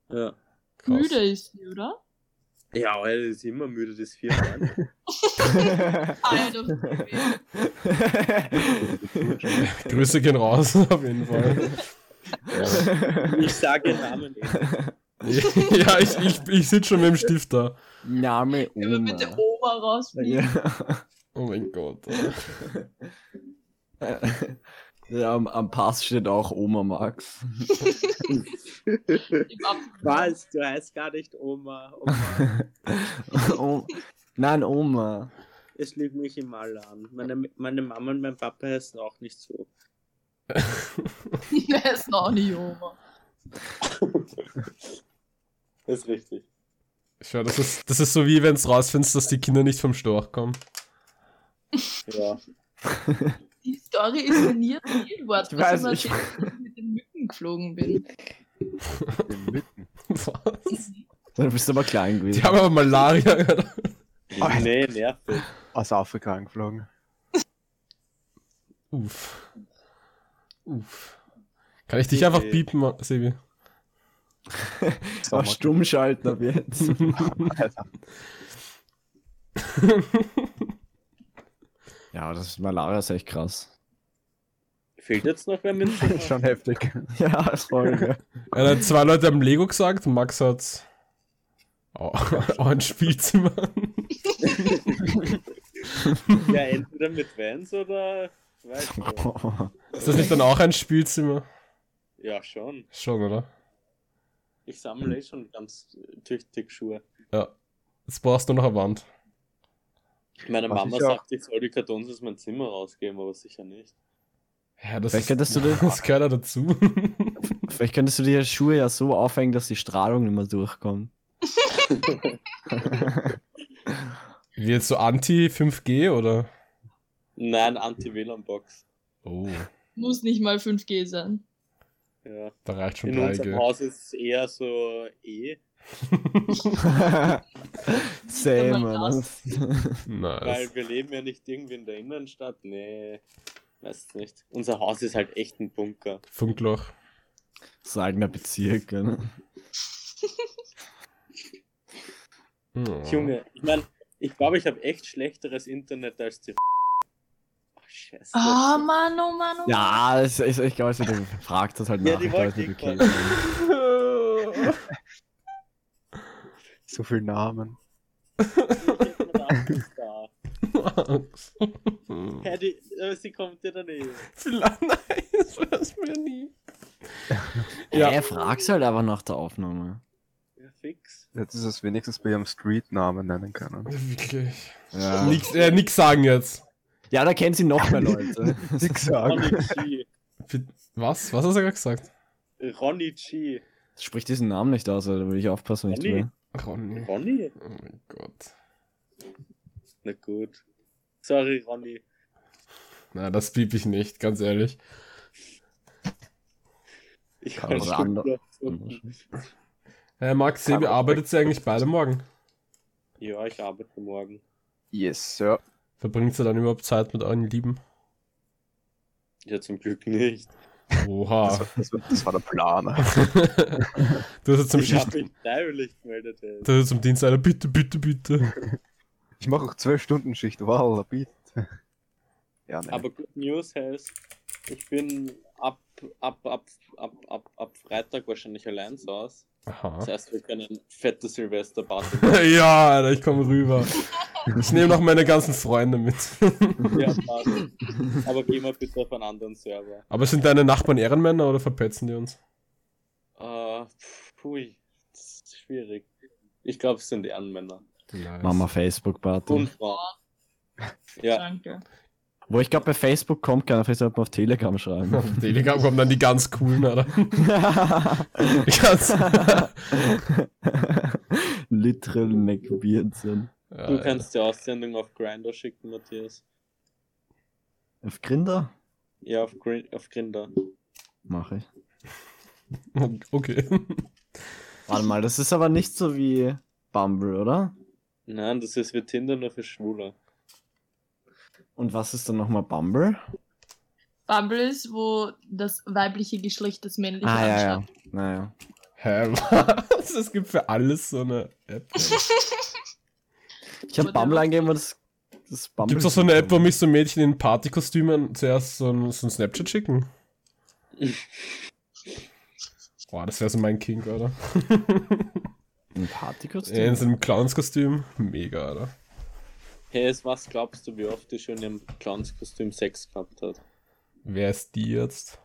Speaker 5: Ja,
Speaker 1: Krass.
Speaker 4: Müde ist sie, oder?
Speaker 5: ja Alter, die ist immer müde, das 94.
Speaker 4: Alter,
Speaker 1: Grüße gehen raus, auf jeden Fall.
Speaker 5: ich sage den Namen nicht.
Speaker 1: ja, ich, ich, ich sitze schon mit dem Stift da.
Speaker 2: Name
Speaker 4: immer
Speaker 2: Oma.
Speaker 4: mit der Oma raus.
Speaker 2: Ja.
Speaker 1: Oh mein Gott.
Speaker 2: ja, am, am Pass steht auch Oma Max.
Speaker 4: Im Apfel.
Speaker 5: Was? Du heißt gar nicht Oma. Oma.
Speaker 2: oh, nein, Oma.
Speaker 5: Es liegt mich immer alle an. Meine, meine Mama und mein Papa heißen auch nicht so.
Speaker 4: Der ist noch nicht Oma.
Speaker 5: Ist richtig.
Speaker 1: Ich schwör, das ist, das ist so wie wenn es rausfindest, dass die Kinder nicht vom Storch kommen.
Speaker 5: Ja.
Speaker 4: Die Story ist mir nie erzählt worden,
Speaker 2: Ich weiß,
Speaker 4: dass
Speaker 2: ich-
Speaker 4: ich, mal mit den Mücken geflogen bin.
Speaker 3: Mitten.
Speaker 2: Du bist aber klein
Speaker 1: Die
Speaker 2: gewesen.
Speaker 1: haben aber Malaria. oder?
Speaker 3: Oh, Alter.
Speaker 5: Nee, nervig.
Speaker 3: Aus Afrika angeflogen.
Speaker 1: Uff. Uff. Kann ich dich einfach piepen, Ma- Sebi?
Speaker 2: aber stumm schalten ab jetzt. ja, aber das ist Malaria ist echt krass.
Speaker 5: Fehlt jetzt noch wer mit
Speaker 3: Schon heftig.
Speaker 2: Ja, das voll. ja.
Speaker 1: Er hat zwei Leute am Lego gesagt, Max hat's. Au- Auch ein Spielzimmer.
Speaker 5: Ja, entweder mit Vans oder. Weiß du.
Speaker 1: Ist das nicht dann auch ein Spielzimmer?
Speaker 5: Ja, schon.
Speaker 1: Schon, oder?
Speaker 5: Ich sammle eh schon ganz tüchtig Schuhe.
Speaker 1: Ja. Jetzt brauchst du nur noch eine Wand.
Speaker 5: Meine
Speaker 3: Was
Speaker 5: Mama
Speaker 3: ich auch-
Speaker 5: sagt, ich soll die Kartons aus meinem Zimmer rausgeben, aber sicher nicht.
Speaker 1: Ja, das,
Speaker 2: Vielleicht
Speaker 1: ist,
Speaker 2: könntest du das-
Speaker 1: das gehört ja dazu.
Speaker 2: Vielleicht könntest du dir Schuhe ja so aufhängen, dass die Strahlung nicht mehr durchkommt.
Speaker 1: Wie jetzt so Anti-5G oder?
Speaker 5: Nein, Anti-WLAN-Box.
Speaker 1: Oh,
Speaker 4: Muss nicht mal 5G sein.
Speaker 5: Ja.
Speaker 1: da reicht schon
Speaker 5: In unserem
Speaker 1: 3G.
Speaker 5: Haus ist es eher so E,
Speaker 2: Same, Mann.
Speaker 1: Nice.
Speaker 5: weil wir leben ja nicht irgendwie in der Innenstadt. Nee, weiß nicht. Unser Haus ist halt echt ein Bunker.
Speaker 1: Funkloch.
Speaker 2: Das ist ein eigener Bezirk, ne?
Speaker 1: Hm.
Speaker 5: Junge, ich meine, ich glaube, ich habe echt schlechteres Internet als die. Ach, scheiße.
Speaker 4: Ah, Mann, oh Mann, oh Mann.
Speaker 2: Ja, das ist, ich glaube, wenn du gefragt hast, halt
Speaker 5: Ja,
Speaker 2: nach.
Speaker 5: die
Speaker 2: ich
Speaker 5: wollten
Speaker 2: glaub, das ist
Speaker 5: irgendwas.
Speaker 2: okay.
Speaker 3: so viel Namen.
Speaker 5: Ich hab mir gedacht, das ist da. Hä, die, äh, sie kommt ja daneben.
Speaker 1: Vielleicht weiß man nie.
Speaker 2: Ja.
Speaker 1: Ja.
Speaker 2: Hey, fragst halt aber nach der Aufnahme.
Speaker 5: Ja, fix.
Speaker 3: Jetzt ist es wenigstens bei ihrem Street-Namen nennen können.
Speaker 1: Wirklich.
Speaker 2: Ja,
Speaker 1: Nix, äh, nix sagen jetzt.
Speaker 2: ja da kennen sie noch mehr Leute.
Speaker 3: Nix
Speaker 5: Ronny G.
Speaker 1: Wie- Was? Was hast du gerade gesagt?
Speaker 5: Ronny G.
Speaker 2: Sprich diesen Namen nicht aus, Alter, da will ich aufpassen, wenn ich
Speaker 5: Ronny.
Speaker 2: tue.
Speaker 1: Ronny.
Speaker 5: Ronny?
Speaker 1: Oh mein Gott.
Speaker 5: Na gut. Sorry, Ronny.
Speaker 1: Na, das piep ich nicht, ganz ehrlich.
Speaker 5: Ich
Speaker 2: Kann
Speaker 5: kann
Speaker 2: man
Speaker 5: schon
Speaker 2: ander-
Speaker 5: wieder-
Speaker 1: Hey, Äh, Max, Sebi, arbeitet sie eigentlich beide morgen?
Speaker 5: Ja, ich arbeite morgen.
Speaker 3: Yes, Sir.
Speaker 1: Verbringt sie dann überhaupt Zeit mit euren Lieben?
Speaker 5: Ja, zum Glück nicht.
Speaker 1: Oha.
Speaker 3: Das, war, das, war, das war der Plan.
Speaker 1: Du hast jetzt zum
Speaker 5: Ich
Speaker 1: Schicht.
Speaker 5: habe mich freiwillig gemeldet. ey.
Speaker 1: Du hast jetzt zum Dienst einer, bitte, bitte, bitte.
Speaker 3: Ich mache auch 12-Stunden-Schicht. Wow, bitte. Ja, nee.
Speaker 5: Aber Good News heißt, ich bin ab, ab, ab, ab, ab, ab Freitag wahrscheinlich allein zu Hause. Das
Speaker 1: Aha.
Speaker 5: heißt, wir können eine fette Silvesterparty
Speaker 1: Ja, Alter, ich komme rüber. Ich nehme noch meine ganzen Freunde mit.
Speaker 5: Ja, passt. Aber geh mal bitte auf einen anderen Server.
Speaker 1: Aber sind deine Nachbarn Ehrenmänner oder verpetzen die uns?
Speaker 5: Äh, pfui, das ist schwierig. Ich glaube, es sind die Anmänner.
Speaker 1: Nice.
Speaker 2: Machen wir Facebook-Party.
Speaker 3: Hm.
Speaker 5: Und Frauen. Ja,
Speaker 4: Danke.
Speaker 2: Wo ich glaube, bei Facebook kommt keiner, vielleicht sollte man auf Telegram schreiben.
Speaker 1: Auf Telegram kommen dann die ganz coolen, oder? Die Ganz
Speaker 2: Literal Neckbirzen.
Speaker 5: du
Speaker 1: ja,
Speaker 5: kannst die Aussendung auf Grinder schicken, Matthias.
Speaker 2: Auf Grinder?
Speaker 5: Ja, auf, Grin auf Grinder.
Speaker 2: Mache ich.
Speaker 1: okay.
Speaker 2: Warte mal, das ist aber nicht so wie Bumble, oder?
Speaker 5: Nein, das ist wie Tinder nur für Schwuler.
Speaker 2: Und was ist dann nochmal Bumble?
Speaker 4: Bumble ist, wo das weibliche Geschlecht das männliche
Speaker 2: Ah, ja, ja.
Speaker 4: anschaut.
Speaker 2: Naja.
Speaker 1: Hä, was? Es gibt für alles so eine App.
Speaker 2: Ich hab
Speaker 4: Whatever.
Speaker 2: Bumble eingegeben, weil das, das Bumble.
Speaker 1: Gibt es auch so eine App, wo mich so Mädchen in Partykostümen zuerst so ein, so ein Snapchat schicken? Boah, das wäre so mein King, oder?
Speaker 2: Ein Partykostüm?
Speaker 1: In so einem Clownskostüm. Mega, oder?
Speaker 5: Hey, es- was glaubst du, wie oft die schon in ihrem Clownskostüm Sex gehabt hat?
Speaker 1: Wer ist die jetzt?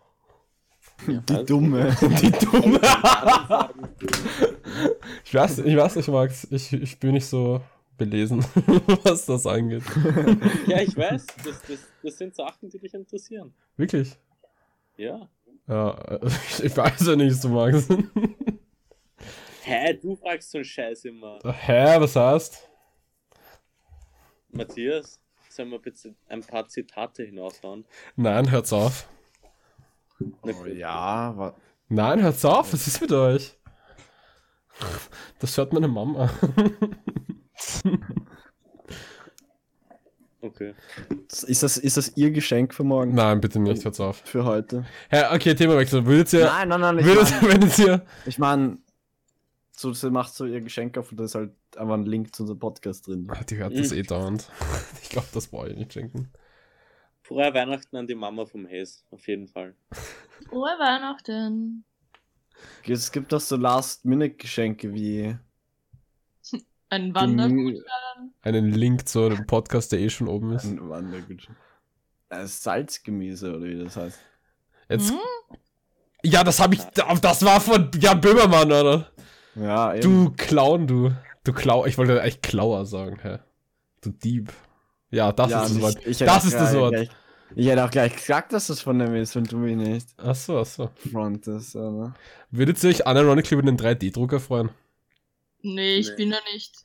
Speaker 2: Die dumme.
Speaker 1: Die dumme.
Speaker 5: Anfragen.
Speaker 1: Ich weiß, ich weiß nicht, Max. Ich, ich bin nicht so belesen, was das angeht.
Speaker 5: ja, ich weiß, das, das, das sind Sachen, die dich interessieren.
Speaker 1: Wirklich.
Speaker 5: Ja.
Speaker 1: Ja, äh, ich, ich weiß ja nicht, so Max.
Speaker 5: Hä, du fragst so einen Scheiß immer.
Speaker 1: Hä, was heißt?
Speaker 5: Matthias, sollen wir bitte ein paar Zitate hinaushauen?
Speaker 1: Nein, hört's auf.
Speaker 3: Oh, ja, wa-
Speaker 1: Nein, hört's auf, was ist mit euch? Das hört meine Mama.
Speaker 5: Okay.
Speaker 2: Ist das, ist das ihr Geschenk für morgen?
Speaker 1: Nein, bitte nicht, hört's auf.
Speaker 2: Für heute?
Speaker 1: Hä, okay, Themawechsel. Würdet ihr,
Speaker 2: Nein, nein, nein. Ich
Speaker 1: würdet,
Speaker 2: mein,
Speaker 1: wenn jetzt ihr,
Speaker 2: ich mein so, sie macht so ihr Geschenk auf und da ist halt einfach ein Link zu unserem Podcast drin.
Speaker 1: Ah, die hört das eh dauernd. Ich glaube, das brauche ich nicht schenken.
Speaker 5: Frohe Weihnachten an die Mama vom Hayes, auf jeden Fall.
Speaker 4: Frohe Weihnachten.
Speaker 2: Es gibt auch so Last-Minute-Geschenke wie.
Speaker 4: Ein Wandergutschein.
Speaker 2: Gemü-
Speaker 1: Einen Link zu dem Podcast, der eh schon oben ist.
Speaker 2: Ein Wandergutschein. Äh, Salzgemüse oder wie das heißt.
Speaker 1: Jetzt,
Speaker 4: Hm?
Speaker 1: Ja, das habe ich, das war von Jan Böhmermann, oder?
Speaker 2: Ja, eben.
Speaker 1: Du Clown, du. Du Clown. Ich wollte eigentlich Klauer sagen, hä? Du Dieb. Ja, das
Speaker 2: ja,
Speaker 1: ist das
Speaker 2: und
Speaker 1: Wort.
Speaker 2: ich hätte
Speaker 1: Das
Speaker 2: auch
Speaker 1: ist das
Speaker 2: gleich-
Speaker 1: Wort.
Speaker 2: Gleich, ich hätte auch gleich gesagt, dass das von dem ist und du mich nicht
Speaker 1: Achso, achso.
Speaker 2: frontest, oder?
Speaker 1: Würdet ihr euch unironically über den 3D-Drucker freuen?
Speaker 4: Nee, ich
Speaker 5: Nee.
Speaker 4: bin ja nicht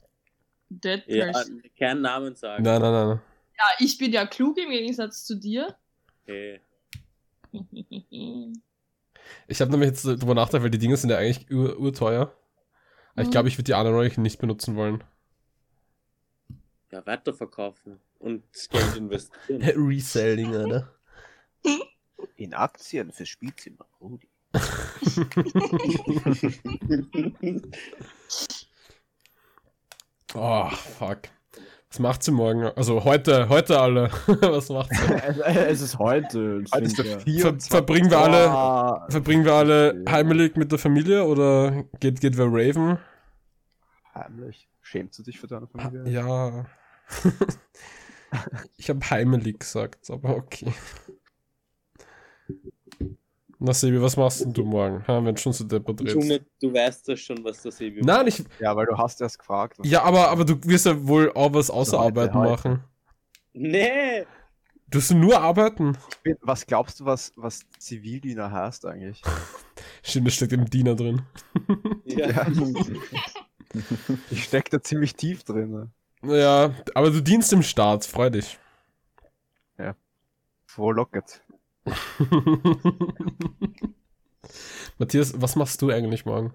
Speaker 4: dead
Speaker 5: Ja,
Speaker 4: person.
Speaker 5: keinen Namen sagen.
Speaker 1: Nein, nein, nein. nein.
Speaker 4: Ja, ich bin ja klug im Gegensatz zu dir. Oh
Speaker 5: Hey.
Speaker 1: Ich habe nämlich jetzt drüber nachgedacht, weil die Dinge sind ja eigentlich ur urteuer. Aber Ich
Speaker 4: Mhm.
Speaker 1: glaube, ich würde die unironically nicht benutzen wollen.
Speaker 5: Ja, weiterverkaufen und das Geld investieren.
Speaker 1: Reselling, oder?
Speaker 3: In Aktien für Spielzimmer, Rudi.
Speaker 1: Oh, fuck. Was macht sie morgen? Also heute, heute alle. Was macht sie?
Speaker 2: es, es ist heute. das
Speaker 3: Alter,
Speaker 2: stimmt, ja.
Speaker 1: Ver verbringen wir alle,
Speaker 2: Boah,
Speaker 1: verbringen wir alle heimelig mit der Familie oder geht, geht wer raven?
Speaker 3: Heimlich. Schämst du dich für
Speaker 1: Ha-
Speaker 3: deine Familie?
Speaker 1: Ja. ich habe heimelig gesagt, aber okay. Na, Sebi, was machst denn du morgen? Ha, wenn schon so deppert redest.
Speaker 5: Junge, du weißt das schon, was das eben
Speaker 1: Nein, ich.
Speaker 3: Ja, weil du hast erst gefragt.
Speaker 1: Ja, aber, aber du wirst ja wohl auch was außer
Speaker 3: Heute,
Speaker 1: Arbeiten
Speaker 3: heute.
Speaker 1: machen.
Speaker 5: Nee!
Speaker 1: Du wirst nur arbeiten.
Speaker 3: Was glaubst du, was, was Zivildiener heißt eigentlich?
Speaker 1: Stimmt, das steckt im Diener drin.
Speaker 5: Ja.
Speaker 3: Ich steck da ziemlich tief drin. Ne?
Speaker 1: Ja, aber du dienst im Staat, freu dich.
Speaker 3: Frohlocket.
Speaker 1: Matthias, was machst du eigentlich morgen?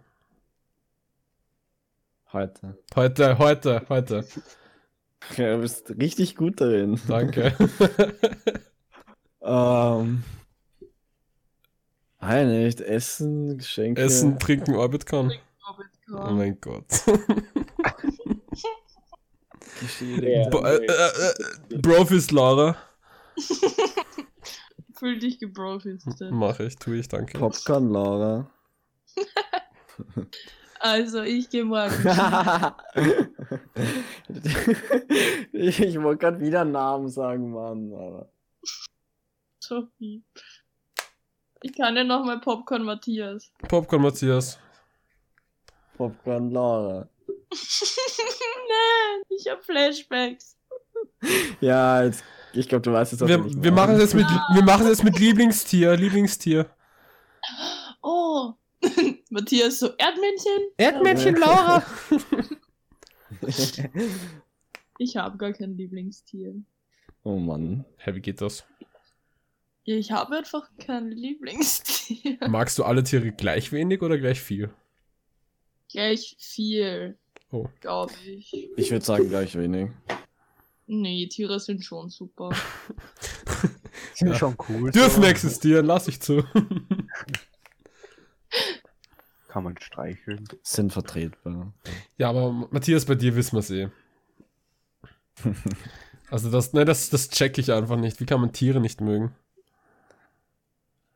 Speaker 2: Heute.
Speaker 1: Heute, heute, heute.
Speaker 2: Ja, du bist richtig gut darin.
Speaker 1: Danke.
Speaker 2: Ähm. Nein, nicht. Essen, Geschenke.
Speaker 1: Essen, trinken, Orbitcon. Oh
Speaker 4: Robotcon.
Speaker 1: mein Gott.
Speaker 2: Geschenke.
Speaker 1: Bo äh, äh, äh, Brofist Laura.
Speaker 4: Fühl dich gebrofistet.
Speaker 1: Mache ich, tue ich, danke.
Speaker 2: Popcorn, Laura.
Speaker 4: Also, ich gehe morgen.
Speaker 2: ich ich wollte gerade wieder einen Namen sagen, Mann. Aber.
Speaker 4: Sophie. Ich kann ja nochmal Popcorn Matthias.
Speaker 1: Popcorn Matthias.
Speaker 2: Popcorn, Laura.
Speaker 4: Nein, ich hab Flashbacks.
Speaker 2: Ja, jetzt, ich glaube, du weißt es auch
Speaker 1: Wir,
Speaker 2: nicht.
Speaker 1: wir
Speaker 2: mehr.
Speaker 1: machen es jetzt mit, wir machen es jetzt mit Lieblingstier, Lieblingstier.
Speaker 4: Oh. Matthias, so Erdmännchen?
Speaker 2: Erdmännchen Laura.
Speaker 4: Ich habe gar kein Lieblingstier.
Speaker 2: oh Mann.
Speaker 1: Hä, wie geht das?
Speaker 4: Ja, ich habe einfach kein Lieblingstier.
Speaker 1: Magst du alle Tiere gleich wenig oder gleich viel?
Speaker 4: Gleich viel.
Speaker 1: Oh.
Speaker 4: Glaube ich.
Speaker 2: Ich würde sagen, gleich wenig.
Speaker 4: Nee, Tiere sind schon super.
Speaker 3: sind schon cool.
Speaker 1: Dürfen
Speaker 3: so.
Speaker 1: existieren, lass ich zu.
Speaker 3: Kann man streicheln.
Speaker 2: Sind vertretbar.
Speaker 1: Ja, aber Matthias, bei dir wissen wir es eh. Also das, ne, das, das check ich einfach nicht. Wie kann man Tiere nicht mögen?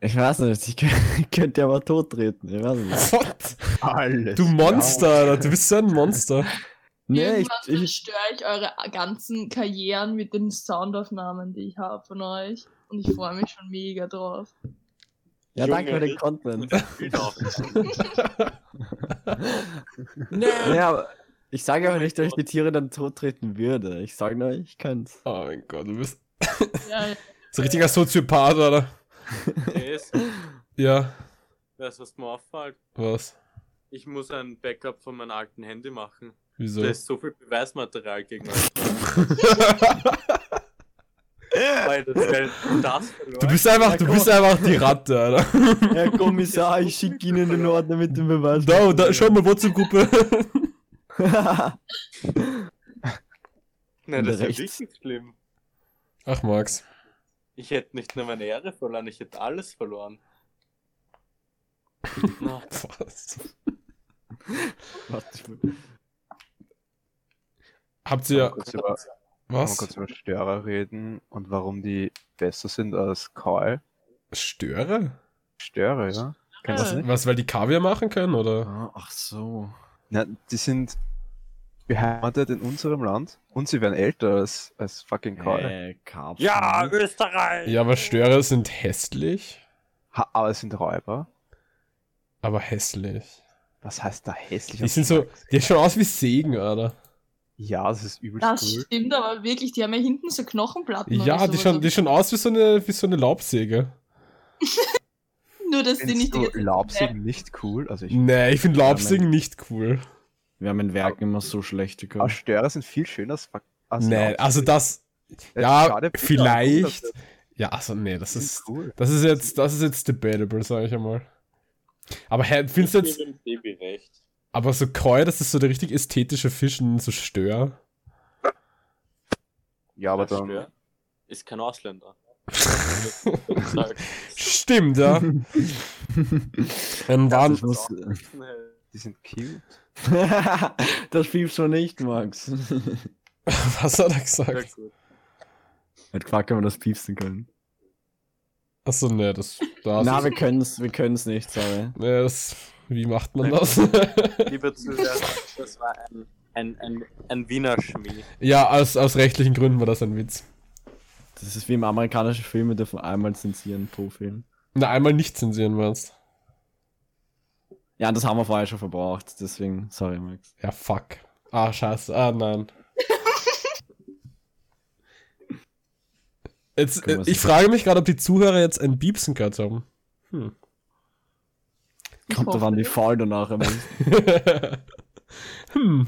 Speaker 2: Ich weiß nicht, ich könnt- könnte ja mal tottreten. Ich weiß nicht.
Speaker 1: What?
Speaker 3: Alles.
Speaker 1: Du Monster, Alter, du bist so ein Monster.
Speaker 2: Nee, ich,
Speaker 4: Irgendwann
Speaker 2: ich,
Speaker 4: zerstöre ich eure ganzen Karrieren mit den Soundaufnahmen, die ich habe von euch. Und ich freue mich schon mega drauf.
Speaker 2: ja, danke für
Speaker 5: Junge.
Speaker 2: den Content.
Speaker 5: Genau.
Speaker 2: Nee, aber ich sage aber nicht, dass ich die Tiere dann tottreten würde. Ich sage nur, ich könnte.
Speaker 1: Oh mein Gott, du bist
Speaker 4: Ja,
Speaker 1: so ein richtiger Soziopath, Alter.
Speaker 5: Das,
Speaker 1: Ja,
Speaker 5: das, was mir auffällt.
Speaker 1: was?
Speaker 5: Ich muss ein Backup von meinem alten Handy machen.
Speaker 1: Wieso?
Speaker 5: Da ist so viel Beweismaterial gegen euch. Weil das Geld das verloren.
Speaker 1: Du bist einfach, du bist einfach die Ratte, Alter.
Speaker 2: Herr Kommissar, ich schicke Ihnen den Ordner mit dem Beweis.
Speaker 3: Also,
Speaker 1: Da, da, schau mal, WhatsApp-Gruppe.
Speaker 5: Nein, das ist
Speaker 2: Rechts.
Speaker 5: ja richtig schlimm.
Speaker 1: Ach, Max.
Speaker 5: Ich hätte nicht nur meine Ehre verloren, ich hätte alles verloren. Na,
Speaker 1: Was?
Speaker 2: Warte,
Speaker 1: Habt
Speaker 3: Ja.
Speaker 1: ihr.
Speaker 3: Kurz über, Kann man
Speaker 1: Was?
Speaker 3: kurz über Störer reden und warum die besser sind als Call?
Speaker 1: Störe?
Speaker 3: Störer, ja? Kennst du das
Speaker 1: Was,
Speaker 3: nicht?
Speaker 1: was, weil die Kaviar machen können, oder?
Speaker 2: Ah, Ach so.
Speaker 3: Na, die sind beheimatet in unserem Land und sie werden älter als, als fucking Call.
Speaker 2: Äh, Karpfen.
Speaker 5: Ja, Österreich!
Speaker 1: Ja, aber Störe sind hässlich,
Speaker 3: Ha, aber es sind Räuber.
Speaker 1: aber hässlich.
Speaker 3: Was heißt da hässlich?
Speaker 1: Die sind so, die schauen aus wie Segen, Alter.
Speaker 3: Ja, das ist übelst
Speaker 4: das
Speaker 3: cool.
Speaker 4: stimmt aber wirklich. Die haben ja hinten so Knochenplatten.
Speaker 1: Ja,
Speaker 4: oder
Speaker 1: die
Speaker 4: sowas.
Speaker 1: schauen, die schauen aus wie so eine, wie so eine Laubsäge.
Speaker 4: Nur, dass die
Speaker 3: Findest
Speaker 4: nicht die
Speaker 3: du
Speaker 4: ganze
Speaker 3: Laubsägen nicht cool? Also ich,
Speaker 1: Nee, ich finde Laubsägen nicht cool.
Speaker 2: Wir haben in Werken immer so schlechte
Speaker 3: aber
Speaker 2: gehabt.
Speaker 3: Störer sind viel schöner als fuck. als
Speaker 1: Nee,
Speaker 3: Laubsägen.
Speaker 1: also das,
Speaker 3: Ja,
Speaker 1: ja,
Speaker 3: schade, Peter,
Speaker 1: vielleicht.
Speaker 3: cool,
Speaker 1: Ja, also nee, das
Speaker 3: Das
Speaker 1: ist,
Speaker 3: ist cool.
Speaker 1: das ist jetzt, das ist jetzt debatable, sag ich einmal. Aber hä, findest du
Speaker 5: Ich
Speaker 1: jetzt,
Speaker 5: gebe dem Baby recht.
Speaker 1: aber so Koi, das ist so der richtig ästhetische Fisch und so Stör.
Speaker 3: Ja, aber
Speaker 5: Das
Speaker 3: dann.
Speaker 5: Stör ist kein Ausländer. Sagen.
Speaker 1: Stimmt, ja. Dann waren,
Speaker 2: Ich muss-
Speaker 3: Die sind cute.
Speaker 2: das piepst du nicht, Max.
Speaker 1: was hat er gesagt?
Speaker 5: gut.
Speaker 2: Mit Quark können wir das piepsen können.
Speaker 1: Achso, nee, ne, das, das
Speaker 2: Na,
Speaker 1: ist,
Speaker 2: wir können es wir können's nicht, sorry.
Speaker 1: nee, das, wie macht man
Speaker 5: Na
Speaker 1: das?
Speaker 5: Liebe Zuhörer, das war ein, ein, ein, ein Wiener Schmäh.
Speaker 1: ja, aus, aus rechtlichen Gründen war das ein Witz.
Speaker 2: Das ist wie im amerikanischen Film, wir dürfen einmal zensieren pro Film.
Speaker 1: Na, einmal nicht zensieren wir uns.
Speaker 2: Ja, das haben wir vorher schon verbraucht, deswegen, sorry, Max.
Speaker 1: Ja, fuck. Ah, scheiße. Ah, nein. Jetzt, äh, ich frage mich gerade, ob die Zuhörer jetzt ein Biepsen gehört haben.
Speaker 4: Ich
Speaker 2: Kommt doch an, wie
Speaker 4: hoffe.
Speaker 2: faul danach immer ist.
Speaker 1: hm.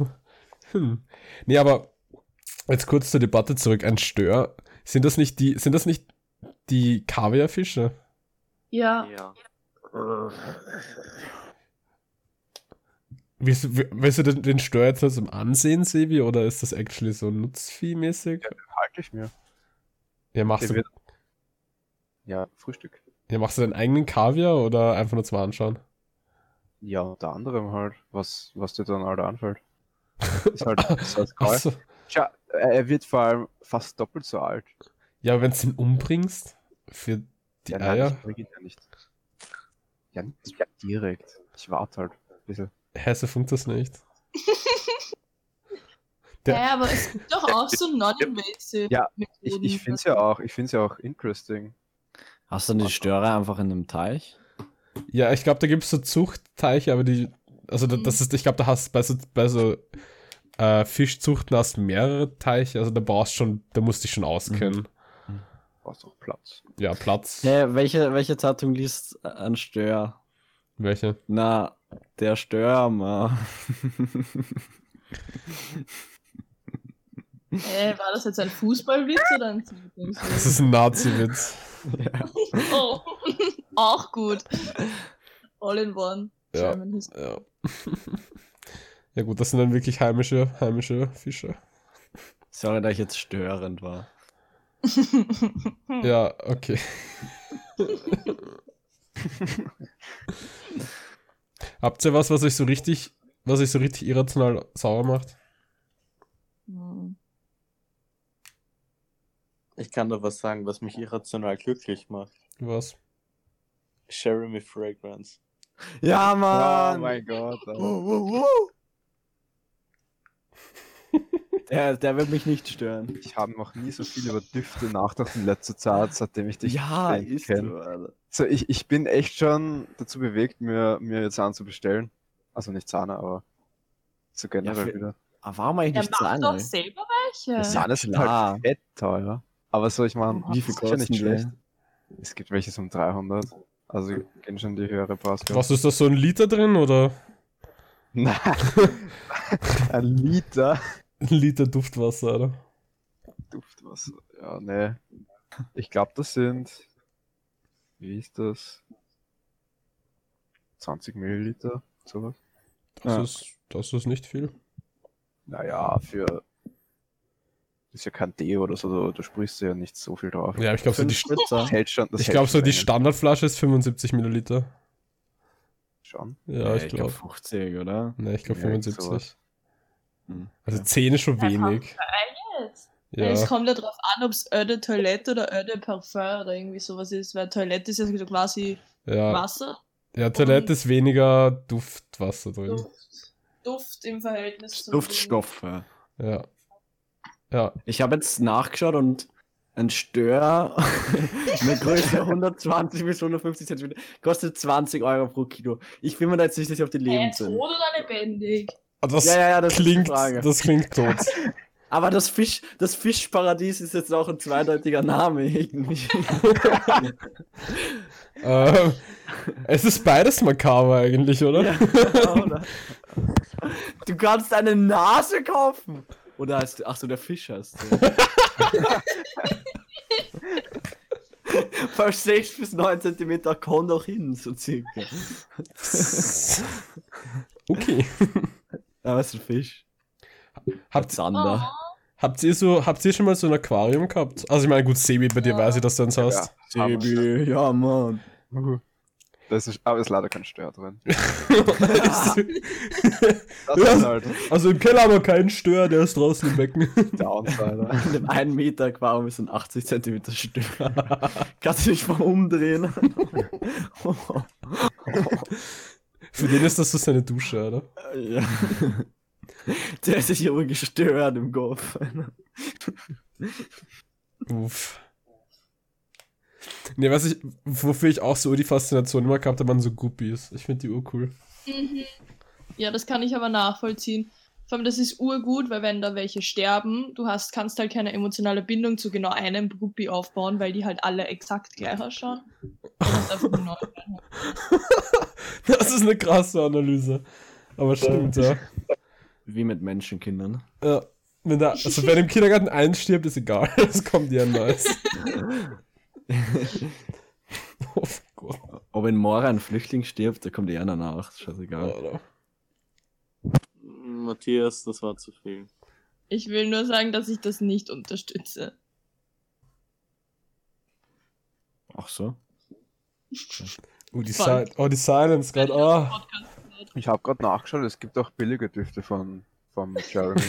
Speaker 1: Hm. Nee, aber jetzt kurz zur Debatte zurück. Ein Stör. Sind das nicht die, sind das nicht die Kaviarfische?
Speaker 4: Ja,
Speaker 5: Ja.
Speaker 1: Willst, du- willst du den, den Stör jetzt nur zum Ansehen, Sebi, oder ist das actually so Nutzvieh-mäßig?
Speaker 3: Halte ich mir.
Speaker 1: Ja, machst
Speaker 3: Der
Speaker 1: du,
Speaker 3: wird- Ja, Frühstück.
Speaker 1: ja, machst du deinen eigenen Kaviar oder einfach nur zum Anschauen?
Speaker 3: Ja, unter anderem halt, was, was dir dann halt anfällt. Ist halt, ist halt geil.
Speaker 1: Achso.
Speaker 3: Tja, äh, er wird vor allem fast doppelt so alt.
Speaker 1: Ja, aber wenn du ihn umbringst, für die
Speaker 3: ja,
Speaker 1: Eier.
Speaker 3: Nein, ich bring ihn ja nicht. Ja, nicht gleich direkt. Ich warte halt ein bisschen.
Speaker 1: Hä, so funkt das nicht.
Speaker 4: ja.
Speaker 1: Der-
Speaker 4: aber es gibt doch auch so non-invasive
Speaker 3: Ja, Ich,
Speaker 4: Methoden.
Speaker 3: ich finde es ja auch, ich find's ja auch interesting.
Speaker 2: Hast du denn die Störer einfach in einem Teich?
Speaker 1: Ja, ich glaube, da gibt's so Zuchtteiche, aber die. Also, da, das ist, ich glaube, da hast bei so, bei so äh, Fischzuchten hast du mehrere Teiche, also da brauchst schon, da musst du dich schon auskennen.
Speaker 3: Brauchst doch Platz.
Speaker 2: Oh
Speaker 1: Ja, Platz.
Speaker 2: Hä, welche, welche Zeitung liest ein Stör?
Speaker 1: Welche?
Speaker 2: Na, der Störmer.
Speaker 4: Äh, war das jetzt ein Fußballwitz oder ein
Speaker 1: Das
Speaker 4: Zeitungswitz?
Speaker 1: ist ein Nazi-Witz.
Speaker 4: Oh, auch gut. All in one.
Speaker 1: Ja.
Speaker 4: German History.
Speaker 1: ja. ja, gut, das sind dann wirklich heimische, heimische Fische.
Speaker 2: sorry, dass ich jetzt störend war.
Speaker 1: Ja, okay. Habt ihr was, was euch so richtig, was euch so richtig irrational sauer macht?
Speaker 4: Hm.
Speaker 5: Ich kann da was sagen, was mich irrational glücklich macht.
Speaker 1: Was?
Speaker 5: Jeremy Fragrance.
Speaker 2: Ja,
Speaker 3: Oh
Speaker 2: Mann!
Speaker 3: mein Gott. Alter.
Speaker 2: Uh, uh, uh. der, der wird mich nicht stören.
Speaker 3: Ich habe noch nie so viel über Düfte nachgedacht in letzter Zeit, seitdem ich dich
Speaker 2: ja,
Speaker 3: eigentlich
Speaker 2: ist
Speaker 3: kenn.
Speaker 2: so, Alter.
Speaker 3: So, ich, ich bin echt schon dazu bewegt, mir, mir jetzt Zahn zu bestellen. Also nicht Zahne, aber so generell
Speaker 2: für-
Speaker 3: wieder.
Speaker 2: Aber warum eigentlich
Speaker 4: Er
Speaker 2: nicht
Speaker 4: macht doch
Speaker 2: Sahne?
Speaker 4: selber
Speaker 3: Ja,
Speaker 4: welche.
Speaker 3: Sahne sind
Speaker 2: klar.
Speaker 3: halt fett teuer. Aber so, ich meine,
Speaker 4: Wie viel
Speaker 2: kosten die?
Speaker 3: Es gibt welche um 300. Also gehen schon die höhere Preisklasse.
Speaker 1: Was ist das so ein Liter drin oder
Speaker 3: Nein. Ein Liter
Speaker 1: ein Liter Duftwasser, oder?
Speaker 3: Duftwasser. Ja, nee. Ich glaube, das sind. Wie ist das? 20 Milliliter, sowas.
Speaker 1: Das,
Speaker 3: Ja.
Speaker 1: ist, das ist nicht viel.
Speaker 3: Naja, für. Ist ja kein Deo oder so, du- du sprichst ja nicht so viel drauf.
Speaker 1: Ja, ich glaube so die,
Speaker 2: Fünf Spritzer.
Speaker 3: Das hält schon. Das
Speaker 1: ich
Speaker 3: hält
Speaker 1: glaube so
Speaker 3: schon
Speaker 1: die
Speaker 3: länger.
Speaker 1: Standardflasche ist 75 Milliliter.
Speaker 3: Schon.
Speaker 1: Ja, ich glaube.
Speaker 2: 50, oder?
Speaker 1: Ne, ich glaube
Speaker 3: Ja, irgend
Speaker 1: 75.
Speaker 3: sowas.
Speaker 2: Hm.
Speaker 1: Also 10 ist schon
Speaker 4: Ja, komm.
Speaker 1: wenig. Ja.
Speaker 4: Es kommt ja drauf an, ob es Eau de Toilette oder Eau de Parfum oder irgendwie sowas ist, weil Toilette ist ja so quasi
Speaker 1: Ja,
Speaker 4: Wasser,
Speaker 1: ja, Toilette ist weniger Duftwasser drin.
Speaker 4: Duft, Duft im Verhältnis zum
Speaker 2: Duftstoff. Ja.
Speaker 1: Ja. Ja,
Speaker 2: Ich habe jetzt nachgeschaut und ein Stör mit Größe 120 bis 150 cm kostet 20 Euro pro Kilo. Ich bin mir da jetzt nicht sicher, ob die
Speaker 4: Äh,
Speaker 2: lebend
Speaker 4: tot
Speaker 2: sind.
Speaker 4: oder lebendig?
Speaker 1: Ah, das
Speaker 2: Ja, ja, ja, das ist
Speaker 1: klingt,
Speaker 2: die Frage.
Speaker 1: das klingt tot.
Speaker 2: Aber das, Fisch, das Fischparadies ist jetzt auch ein zweideutiger Name irgendwie.
Speaker 1: ähm, es ist beides makaber eigentlich, oder?
Speaker 2: Ja, oder? Du kannst eine Nase kaufen. Oder heißt du, ach so, der Fisch heißt du. Von 6 bis 9 cm kommt auch hin, so circa.
Speaker 1: okay.
Speaker 2: Aber es ist ein Fisch.
Speaker 1: Habt,
Speaker 2: Sander.
Speaker 4: Ah.
Speaker 1: habt ihr so, habt ihr schon mal so ein Aquarium gehabt? Also ich meine, gut, Sebi, bei dir weiß ich, dass du eins hast.
Speaker 2: Baby, ja, Mann.
Speaker 3: Uhu. Das ist, aber ist leider kein Stör drin. Das
Speaker 1: Ja.
Speaker 3: ist halt
Speaker 1: also im Keller haben wir keinen Stör, der ist draußen im Becken.
Speaker 3: Downside.
Speaker 2: In dem 1 Meter Aquarium ist ein 80 cm Stück. Kannst du dich mal umdrehen?
Speaker 1: Für den ist das so seine Dusche, oder?
Speaker 2: ja. Der ist sich aber gestört im Kopf.
Speaker 1: Uff. Nee, was ich, wofür ich auch so die Faszination immer gehabt habe, waren so Guppies. Ich finde die urcool.
Speaker 4: Ja, das kann ich aber nachvollziehen. Vor allem, das ist urgut, weil wenn da welche sterben, du hast, kannst halt keine emotionale Bindung zu genau einem Gruppi aufbauen, weil die halt alle exakt gleich ausschauen. Das ist einfach nur neu.
Speaker 1: Das ist eine krasse Analyse. Aber stimmt, ja.
Speaker 2: Wie mit Menschenkindern.
Speaker 1: ja. Wenn, da, also wenn im Kindergarten eins stirbt, ist egal. Es kommt ja ein neues. oh Gott.
Speaker 2: Ob in Mora ein Flüchtling stirbt, da kommt eh einer nach. Scheißegal.
Speaker 1: Alter.
Speaker 5: Matthias, das war zu viel.
Speaker 4: Ich will nur sagen, dass ich das nicht unterstütze.
Speaker 2: Ach so.
Speaker 1: Oh, die,
Speaker 4: Fuck.
Speaker 1: si oh, die Silence gerade. Ah.
Speaker 3: Ich habe gerade nachgeschaut, es gibt auch billige Düfte von, von Jeremy.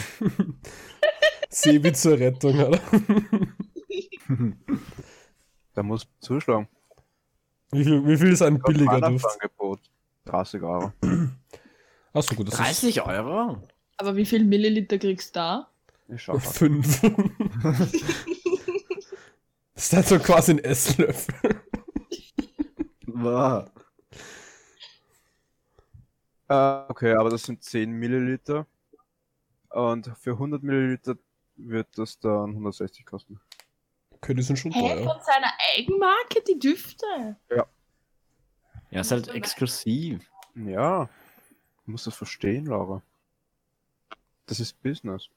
Speaker 1: Sebi zur Rettung, oder?
Speaker 3: Da muss zuschlagen.
Speaker 1: Wie viel, wie viel ist ein billiger Duft?
Speaker 3: Angebot. 30 Euro.
Speaker 1: Achso, gut, das
Speaker 2: Euro?
Speaker 4: Aber wie viel Milliliter kriegst du da?
Speaker 3: Ich schau
Speaker 1: ist
Speaker 3: mal.
Speaker 1: fünf. das ist halt so quasi ein Esslöffel.
Speaker 2: Wow.
Speaker 3: Äh, okay, aber das sind 10 Milliliter. Und für 100 Milliliter wird das dann 160 kosten.
Speaker 1: Okay, die sind schon
Speaker 4: Hä,
Speaker 1: teuer.
Speaker 4: von seiner Eigenmarke die Düfte?
Speaker 2: Ja, ist halt exklusiv.
Speaker 3: Ja. Du musst das verstehen, Laura. Das ist Business.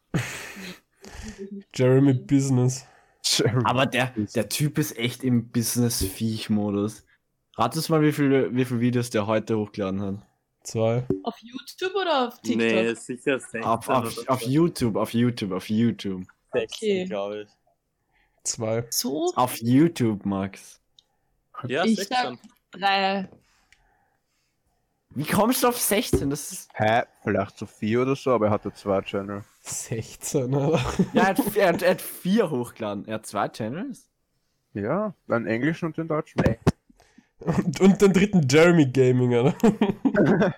Speaker 1: Jeremy Business.
Speaker 3: Jeremy.
Speaker 2: Aber der, der Typ ist echt im Business-Viech-Modus. Ratest mal, wie viele, wie viele Videos der heute hochgeladen hat.
Speaker 1: Zwei.
Speaker 4: Auf YouTube oder auf TikTok?
Speaker 5: Nee, sicher 16.
Speaker 2: Auf, auf,
Speaker 5: oder
Speaker 2: auf YouTube, auf YouTube, auf YouTube.
Speaker 4: Okay.
Speaker 5: 16, glaube ich.
Speaker 1: Zwei.
Speaker 4: So?
Speaker 2: Auf YouTube, Max.
Speaker 5: Ja,
Speaker 4: Ich
Speaker 5: 16.
Speaker 4: Drei.
Speaker 2: Wie kommst du auf 16? Das ist.
Speaker 3: Hä? Vielleicht so vier oder so, aber er hatte zwei Channel.
Speaker 1: 16, oder?
Speaker 2: Ja, er hat, er, hat, er hat vier hochgeladen. Er hat zwei Channels.
Speaker 3: Ja, einen englischen und den deutschen.
Speaker 1: Und, und den dritten Jeremy Gaming, oder?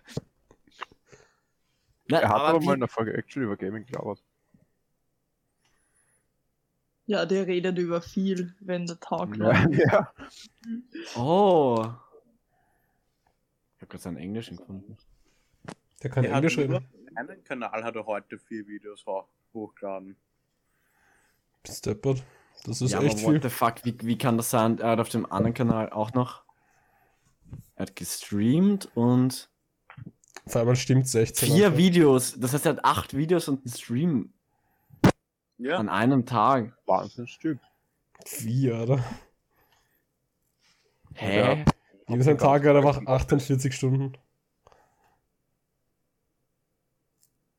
Speaker 2: Nein,
Speaker 3: Er hat aber,
Speaker 2: wie-
Speaker 3: mal in der Folge Actually über Gaming gelabert.
Speaker 4: Ja, der redet über viel, wenn der Talk läuft.
Speaker 3: Ja. ja.
Speaker 2: Oh. Ich hab gerade seinen Englischen gefunden.
Speaker 1: Der kann
Speaker 5: Er hat
Speaker 1: Englisch
Speaker 5: nur
Speaker 1: reden.
Speaker 5: Einen Kanal hat er heute vier Videos hoch- hochgeladen.
Speaker 1: Bist deppert. Das ist
Speaker 2: ja,
Speaker 1: echt
Speaker 2: aber
Speaker 1: viel.
Speaker 2: what the fuck, wie, wie kann das sein? Er hat auf dem anderen Kanal auch noch. Er hat gestreamt und
Speaker 1: Vor allem stimmt 16.
Speaker 2: vier
Speaker 1: einfach.
Speaker 2: Videos. Das heißt, er hat acht Videos und einen Stream
Speaker 5: Ja,
Speaker 2: an einem Tag.
Speaker 3: Wahnsinnstyp.
Speaker 1: Vier, oder?
Speaker 2: Hä?
Speaker 1: Jedes ein Tag hat einfach 48 Stunden.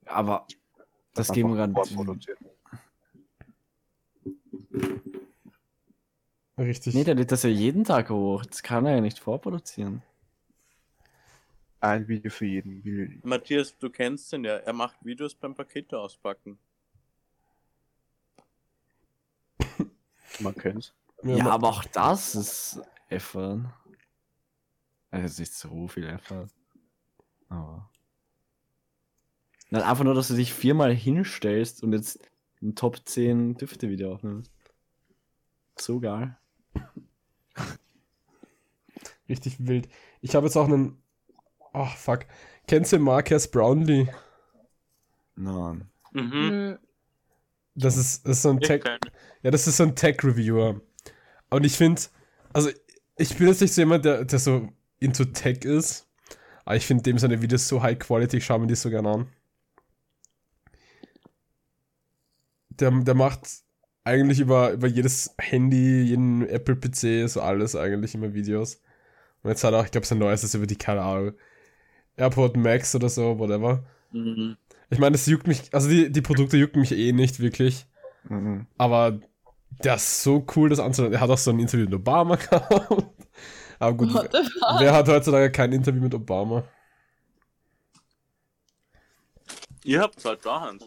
Speaker 2: Aber das
Speaker 3: Einfach
Speaker 2: geben wir gerade.
Speaker 3: vorproduziert.
Speaker 1: Richtig.
Speaker 2: Nee, der lädt das ja jeden Tag hoch. Das kann er ja nicht vorproduzieren.
Speaker 3: Ein Video für jeden. Video.
Speaker 5: Matthias, du kennst den ja. Er macht Videos beim Pakete auspacken.
Speaker 3: Man kennt's.
Speaker 2: Ja,
Speaker 1: ja, ma-
Speaker 2: aber auch das ist Effern. Also es ist nicht so viel Effern. Aber. Nein, einfach nur, dass du dich viermal hinstellst und jetzt ein Top 10 Düfte wieder aufnimmst. So geil.
Speaker 1: richtig wild. Ich habe jetzt auch einen. Ach, fuck. Kennst du Marques Brownlee?
Speaker 2: Nein.
Speaker 5: Mhm.
Speaker 4: Nö.
Speaker 1: Das ist, das ist so ein Tech. Ja, das ist so ein Tech-Reviewer. Und ich finde, also ich bin jetzt nicht so jemand, der, der so into Tech ist, aber ich finde dem seine Videos so high quality, ich schaue mir die so gerne an. Der, der macht eigentlich über, über jedes Handy, jeden Apple-PC, so alles eigentlich immer Videos. Und jetzt hat er auch, ich glaube, sein neuestes über die, keine Ahnung, AirPod Max oder so, whatever.
Speaker 5: Mhm.
Speaker 1: Ich meine, das juckt mich, also die, die Produkte jucken mich eh nicht wirklich.
Speaker 2: Mhm.
Speaker 1: Aber der ist so cool, das anzuhören. Er hat auch so ein Interview mit Obama gehabt. Aber gut,
Speaker 4: What the fuck?
Speaker 1: wer hat heutzutage kein Interview mit Obama?
Speaker 5: Ihr habt zwei Hand.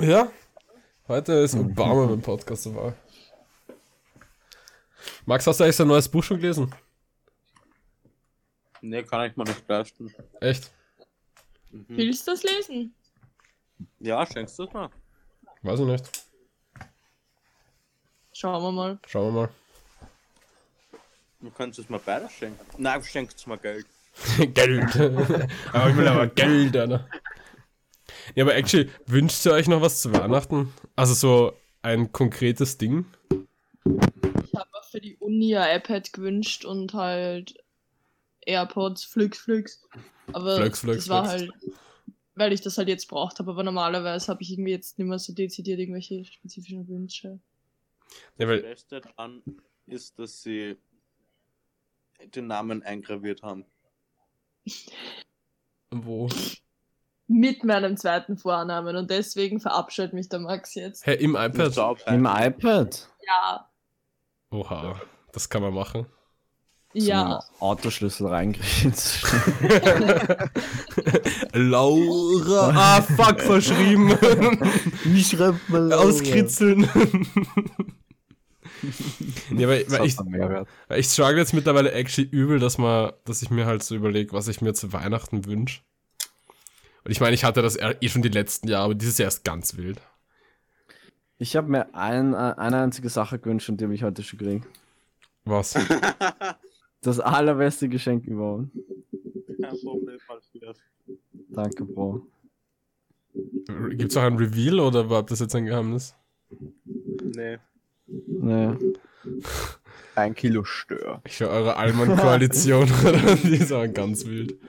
Speaker 1: Ja? Mhm. Heute ist Obama beim Podcast dabei. Max, hast du eigentlich sein neues Buch schon gelesen?
Speaker 5: Nee, kann ich mir nicht leisten.
Speaker 1: Echt?
Speaker 5: Mhm.
Speaker 4: Willst du das lesen?
Speaker 5: Ja, schenkst du es mal.
Speaker 1: Weiß ich nicht.
Speaker 4: Schauen wir mal.
Speaker 1: Schauen wir
Speaker 5: Du kannst es mal beide schenken. Nein, schenkt es mal Geld.
Speaker 1: mal. Geld. aber ich will aber Geld, Alter. Ja, aber actually, wünscht ihr euch noch was zu Weihnachten? Also so ein konkretes Ding?
Speaker 4: Ich habe mir für die Uni ein iPad gewünscht und halt AirPods, Flux, Flux. Aber
Speaker 1: Flux, Flux,
Speaker 4: das war
Speaker 1: Flux.
Speaker 4: halt, weil ich das halt jetzt braucht habe. Aber normalerweise habe ich irgendwie jetzt nicht mehr so dezidiert irgendwelche spezifischen Wünsche.
Speaker 1: Ja,
Speaker 5: Das
Speaker 1: weil,
Speaker 5: Beste daran ist, dass sie den Namen eingraviert haben.
Speaker 1: wo?
Speaker 4: Mit meinem zweiten Vornamen und deswegen verabscheut mich der Max jetzt.
Speaker 1: Hä, im iPad?
Speaker 2: Im iPad?
Speaker 4: Ja,
Speaker 1: Oha, das kann man machen.
Speaker 4: ja.
Speaker 2: So einen Autoschlüssel reingekriegt.
Speaker 1: Laura, ah fuck, verschrieben.
Speaker 2: Wie schreibt man
Speaker 1: Auskritzeln. ja, weil,
Speaker 3: Das
Speaker 1: weil ich,
Speaker 3: hat einen Mehrwert.
Speaker 1: weil ich struggle jetzt mittlerweile actually übel, dass, man, dass ich mir halt so überlege, was ich mir zu Weihnachten wünsche. Und ich meine, ich hatte das eh schon die letzten Jahre, aber dieses Jahr ist ganz wild.
Speaker 2: Ich habe mir ein, äh, eine einzige Sache gewünscht und die habe ich heute schon gekriegt.
Speaker 1: Was?
Speaker 2: Das allerbeste Geschenk überhaupt.
Speaker 5: Kein Problem, Matthias.
Speaker 2: Danke, Bro.
Speaker 1: Gibt's auch ein Reveal oder war das jetzt ein Geheimnis?
Speaker 5: Nee.
Speaker 2: Nee.
Speaker 3: Ein Kilo Stör.
Speaker 1: Ich höre eure Allmann-Koalition, die ist auch ganz wild.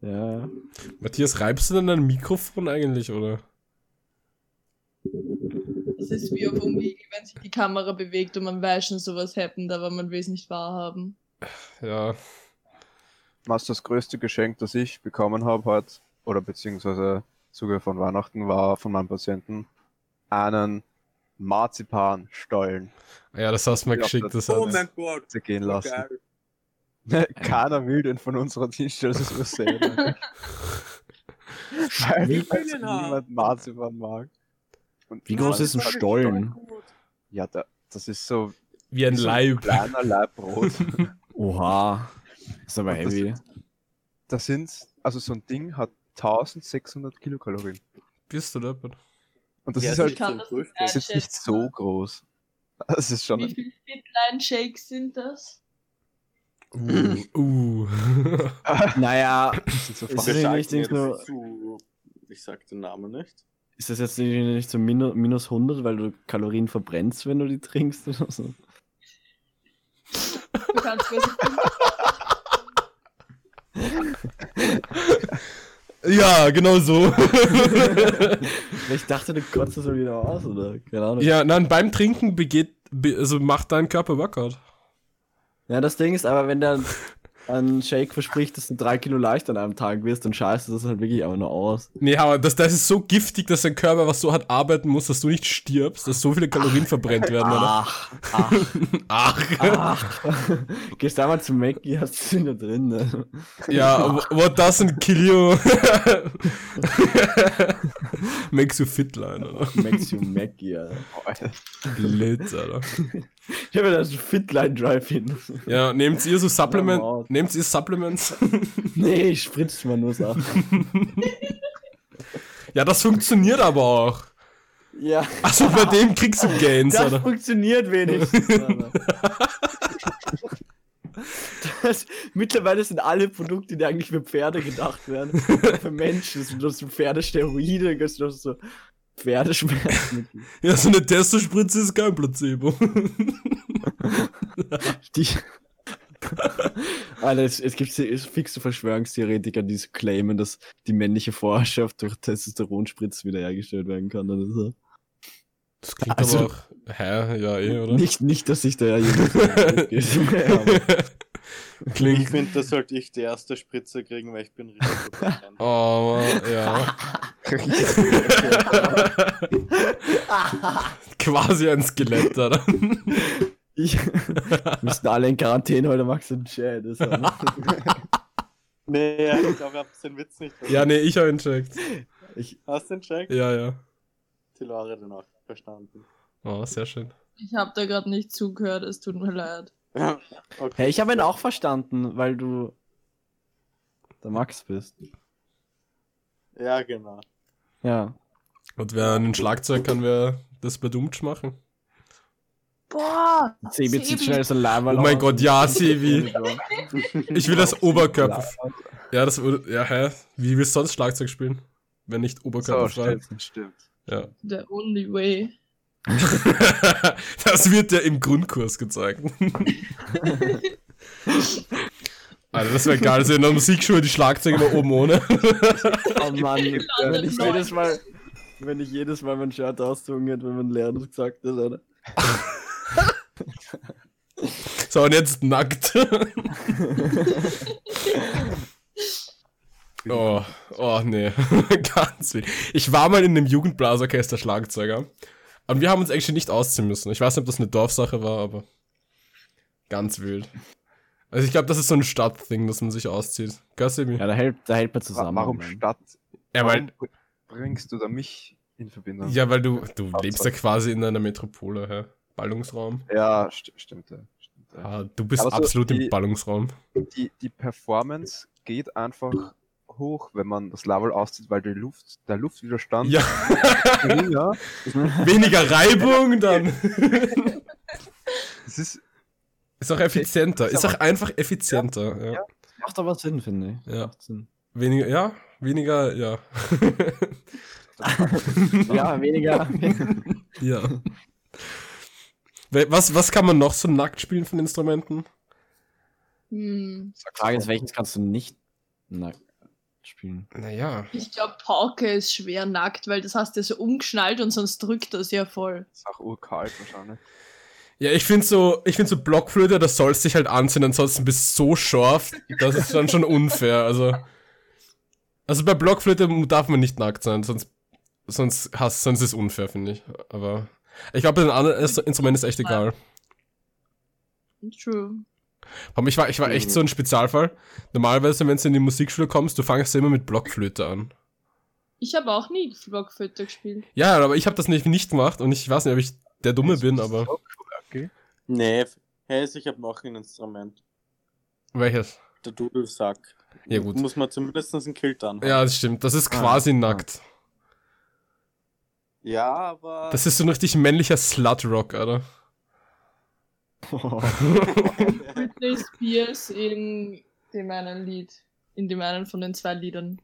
Speaker 2: Ja.
Speaker 1: Matthias, reibst du denn dein Mikrofon eigentlich, oder?
Speaker 4: Es ist wie auf Umwegen, wenn sich die Kamera bewegt und man weiß schon, sowas happened, aber man will es nicht wahrhaben.
Speaker 1: Ja,
Speaker 3: Was das größte Geschenk, das ich bekommen habe heute, oder beziehungsweise sogar von Weihnachten, war von meinem Patienten einen Marzipanstollen
Speaker 1: Ja, das hast du mir
Speaker 3: Ja,
Speaker 1: geschickt.
Speaker 3: das-
Speaker 1: Das
Speaker 5: Oh
Speaker 1: hat-
Speaker 5: mein Gott.
Speaker 3: zu gehen
Speaker 5: so
Speaker 3: lassen.
Speaker 5: geil.
Speaker 3: Keiner will den von unserer Dienststelle das übersehen. Weil
Speaker 2: Wie-
Speaker 3: weil
Speaker 5: haben.
Speaker 3: niemand Marzipan mag. Und
Speaker 2: Wie groß ist ein
Speaker 3: Marzipan-
Speaker 2: Stollen?
Speaker 5: Voll gut.
Speaker 3: Ja, da, das ist so
Speaker 1: Wie ein
Speaker 3: so
Speaker 1: Leib.
Speaker 3: kleiner Laib Brot.
Speaker 2: Oha. Ist aber
Speaker 3: Und das-
Speaker 2: heavy.
Speaker 3: Das sind, also so ein Ding hat 1600 Kilokalorien.
Speaker 1: Bist du deppert?
Speaker 3: Und das
Speaker 5: Ja,
Speaker 3: ist
Speaker 5: das
Speaker 3: halt
Speaker 5: ist schon
Speaker 4: das
Speaker 5: größer.
Speaker 3: das ist jetzt nicht so groß. Das ist schon
Speaker 4: Wie
Speaker 3: ein,
Speaker 4: viele Fitline-Shakes sind das?
Speaker 1: Uh. uh.
Speaker 2: Naja,
Speaker 3: das sind so
Speaker 2: Ist
Speaker 5: Wir
Speaker 2: es-
Speaker 3: Fast-
Speaker 5: sagen
Speaker 2: nicht
Speaker 5: jetzt
Speaker 2: nur-
Speaker 5: zu- Ich sag den Namen nicht.
Speaker 2: ist das jetzt nicht, nicht so minus, minus 100, weil du Kalorien verbrennst, wenn du die trinkst oder so?
Speaker 4: Du kannst mir
Speaker 1: ja, genau so.
Speaker 2: Ich dachte, du kotzt das mal wieder aus, oder? Keine Ahnung.
Speaker 1: ja, nein, beim Trinken begeht, be, also macht dein Körper Workout.
Speaker 2: Ja, das Ding ist aber, wenn der ein Shake verspricht, dass du drei Kilo leichter an einem Tag wirst, dann scheißt du das halt wirklich aber nur aus.
Speaker 1: Nee, aber das, das ist so giftig, dass dein Körper, was so hart arbeiten muss, dass du nicht stirbst, dass so viele Kalorien verbrennt werden, oder?
Speaker 2: Ach, ach,
Speaker 1: Ach.
Speaker 2: ach. Gehst da mal zu Mackie, hast du ihn da drin, ne?
Speaker 1: Ja, wh- what doesn't kill you makes you fit, Alter.
Speaker 2: Max you Mackie, Alter.
Speaker 1: Blitz, Alter.
Speaker 2: Ich habe da so Fitline-Drive-In.
Speaker 1: Ja, nehmt ihr so
Speaker 2: Ja, wow.
Speaker 1: Supplements? Nehmt ihr Supplements?
Speaker 2: Nee, ich spritze mal nur Sachen.
Speaker 1: ja, das funktioniert aber auch.
Speaker 2: Ja,
Speaker 1: Also bei dem kriegst du Gains,
Speaker 2: das
Speaker 1: Alter.
Speaker 2: funktioniert wenigstens. Alter. Das, mittlerweile sind alle Produkte, die eigentlich für Pferde gedacht werden, für Menschen. Das sind bloß so Pferdesteroide, das sind bloß so Pferdeschmerzmittel.
Speaker 1: Ja, so eine Testospritze ist kein Placebo.
Speaker 2: Die. Alter, es, es gibt es fixe Verschwörungstheoretiker, die so claimen, dass die männliche Vorherrschaft durch Testosteronspritzen wiederhergestellt werden kann oder so.
Speaker 1: Das klingt
Speaker 2: Also-
Speaker 1: aber auch. Hä? Ja, eh, oder?
Speaker 2: Nicht, nicht, dass sich da ja jemand so ausgeht. Ja, aber-
Speaker 5: Ich
Speaker 1: klingt.
Speaker 5: finde, das sollte ich die erste Spritze kriegen, weil ich bin richtig gut darin.
Speaker 1: Oh, ja. Quasi ein Skelett, Alter.
Speaker 2: Ich müssen alle in Quarantäne heute Max und Jay. Das haben-
Speaker 5: Nee, ja, ich glaube, ihr habt den Witz nicht
Speaker 1: Ja,
Speaker 5: verstanden.
Speaker 1: nee, ich hab ihn checkt.
Speaker 2: ich,
Speaker 5: Hast du den Check?
Speaker 1: Ja, ja.
Speaker 5: Die Laura hat den auch verstanden.
Speaker 1: Oh, sehr schön.
Speaker 4: Ich habe da gerade nicht zugehört, es tut mir leid.
Speaker 5: Okay.
Speaker 2: hey, ich habe ihn auch verstanden, weil du der Max bist.
Speaker 5: Ja, genau.
Speaker 2: Ja.
Speaker 1: Und wer einen Schlagzeug kann, wer das bei Dumtsch machen?
Speaker 4: Boah!
Speaker 2: Sebi zieht
Speaker 4: Sebi.
Speaker 2: schnell so ein Leiberl
Speaker 1: Oh mein
Speaker 2: aus.
Speaker 1: Gott, ja, Sebi. Ich will das Oberkörper.
Speaker 2: Leiberl.
Speaker 1: Ja, das würde. Ja, hä? Wie willst du sonst Schlagzeug spielen? Wenn nicht
Speaker 3: so,
Speaker 1: oberkörperfrei.
Speaker 3: stimmt, stimmt.
Speaker 1: Ja.
Speaker 4: The only way.
Speaker 1: das wird ja im Grundkurs gezeigt. Alter, das wäre geil. Also in der Musikschule die Schlagzeuge immer oben ohne.
Speaker 2: Oh Mann, wenn ich
Speaker 4: Leute.
Speaker 2: jedes Mal, wenn ich jedes Mal mein Shirt auszogen hätte, wenn mein Lehrer das gesagt hat, oder?
Speaker 1: So, und jetzt nackt. oh, oh, nee. Ganz wild. Ich war mal in einem Jugendblasorchester Schlagzeuger. Und wir haben uns eigentlich nicht ausziehen müssen. Ich weiß nicht, ob das eine Dorfsache war, aber ganz wild. Also ich glaube, das ist so ein Stadtding, dass man sich auszieht. Gell, Sebi?
Speaker 2: Ja, da hält, da hält man zusammen.
Speaker 3: Warum
Speaker 2: Mann.
Speaker 3: Stadt?
Speaker 1: Ja, weil,
Speaker 3: warum bringst du da mich in Verbindung?
Speaker 1: ja, weil du, du
Speaker 3: Schlagzeug.
Speaker 1: lebst ja quasi in einer Metropole, hä? Ballungsraum.
Speaker 3: Ja, st stimmt. Ja. stimmt ja.
Speaker 1: Ah, du bist
Speaker 3: Aber so
Speaker 1: absolut
Speaker 3: die-
Speaker 1: im Ballungsraum.
Speaker 3: die, die Performance geht einfach hoch, wenn man das Level auszieht, weil die Luft, der Luftwiderstand
Speaker 1: Ja,
Speaker 3: geringer.
Speaker 1: weniger Reibung dann.
Speaker 3: Es ist
Speaker 1: Ist auch effizienter. Ist auch einfach effizienter. Ja.
Speaker 3: Ja.
Speaker 2: Macht aber Sinn, finde ich.
Speaker 1: Ja.
Speaker 2: Macht Sinn.
Speaker 1: Weniger, ja, weniger, ja.
Speaker 2: Ja, weniger.
Speaker 1: ja. We- Was, was kann man noch so nackt spielen von Instrumenten?
Speaker 4: Hm.
Speaker 2: Frage ist, welches kannst du nicht nackt spielen?
Speaker 1: Naja.
Speaker 4: Ich glaube, Pauke ist schwer nackt, weil das hast du ja so umgeschnallt und sonst drückt das ja voll.
Speaker 3: ist auch urkalt wahrscheinlich.
Speaker 1: Ja, ich finde so, ich find so Blockflöte, das sollst dich halt anziehen, ansonsten bist du so scharf, das ist dann schon unfair. Also, also bei Blockflöte darf man nicht nackt sein, sonst, sonst, hast, sonst ist es unfair, finde ich. Aber Ich glaube, bei den anderen ist- Instrumenten ist echt egal.
Speaker 4: True.
Speaker 1: Aber ich war, ich war echt so ein Spezialfall. Normalerweise, wenn du in die Musikschule kommst, du fangst ja immer mit Blockflöte an.
Speaker 4: Ich habe auch nie Blockflöte gespielt.
Speaker 1: Ja, aber ich habe das nicht, nicht gemacht und ich weiß nicht, ob ich der Dumme bin, aber.
Speaker 5: Nee, f- hey, also ich habe noch ein Instrument.
Speaker 1: Welches?
Speaker 5: Der Dudelsack.
Speaker 1: Ja, gut.
Speaker 5: Muss man zumindest einen Kilt anhaben.
Speaker 1: Ja, das stimmt. Das ist quasi nackt.
Speaker 5: ja, aber.
Speaker 1: Das ist so ein richtig männlicher Slutrock, Alter.
Speaker 2: Oh.
Speaker 4: Britney Spears in dem einen Lied. In dem einen von den zwei Liedern.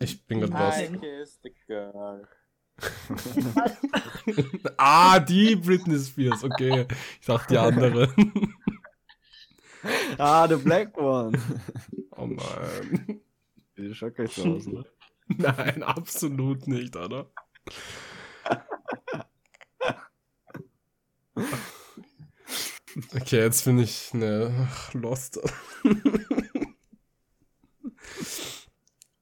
Speaker 1: Ich bin gerade
Speaker 5: I
Speaker 1: lost.
Speaker 4: Nein.
Speaker 5: kiss the girl.
Speaker 1: Ah, die Britney Spears, okay. Ich dachte die andere.
Speaker 2: Ah, the black one.
Speaker 1: Oh nein.
Speaker 2: Die schaut gleich so aus, ne?
Speaker 1: Nein, absolut nicht, Alter. Okay, jetzt bin ich ne, ach, lost.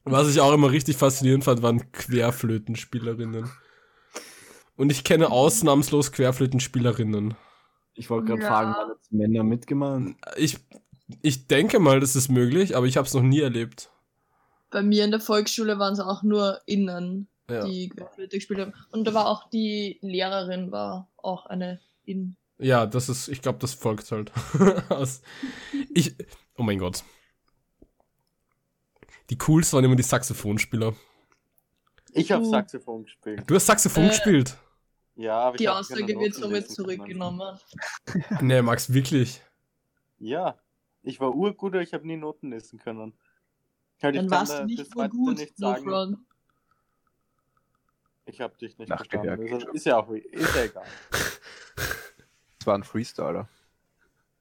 Speaker 1: Was ich auch immer richtig faszinierend fand, waren Querflötenspielerinnen. Und ich kenne ausnahmslos Querflötenspielerinnen.
Speaker 2: Ich wollte gerade
Speaker 4: Ja.
Speaker 2: fragen, waren jetzt Männer mitgemacht?
Speaker 1: Ich, ich denke mal, das ist möglich, aber ich habe es noch nie erlebt.
Speaker 4: Bei mir in der Volksschule waren es auch nur innen,
Speaker 1: Ja.
Speaker 4: die Querflöte gespielt haben. Und da war auch die Lehrerin, war auch eine in.
Speaker 1: Ja, das ist, ich glaube, das folgt halt. Aus, ich, oh mein Gott. Die coolsten waren immer die Saxophonspieler.
Speaker 5: Ich habe
Speaker 4: Uh.
Speaker 5: Saxophon gespielt.
Speaker 1: Du hast Saxophon
Speaker 4: Äh.
Speaker 1: gespielt?
Speaker 5: Ja, aber ich
Speaker 4: Die
Speaker 5: hab keine
Speaker 4: Aussage
Speaker 5: Noten
Speaker 4: wird somit
Speaker 5: lesen können.
Speaker 4: zurückgenommen.
Speaker 1: Nee, Max, wirklich.
Speaker 5: Ja, ich war urgut, aber ich habe nie Noten lesen können. Halt, ich
Speaker 4: Dann
Speaker 5: kann
Speaker 4: warst
Speaker 5: da
Speaker 4: du
Speaker 5: bis
Speaker 4: nicht so
Speaker 5: heute
Speaker 4: gut,
Speaker 5: nicht sagen,
Speaker 4: Lofron.
Speaker 5: ich habe dich nicht
Speaker 3: Nachgehört,
Speaker 5: verstanden. Also,
Speaker 3: schon.
Speaker 5: ist ja auch ist ja egal.
Speaker 3: Das war ein Freestyler.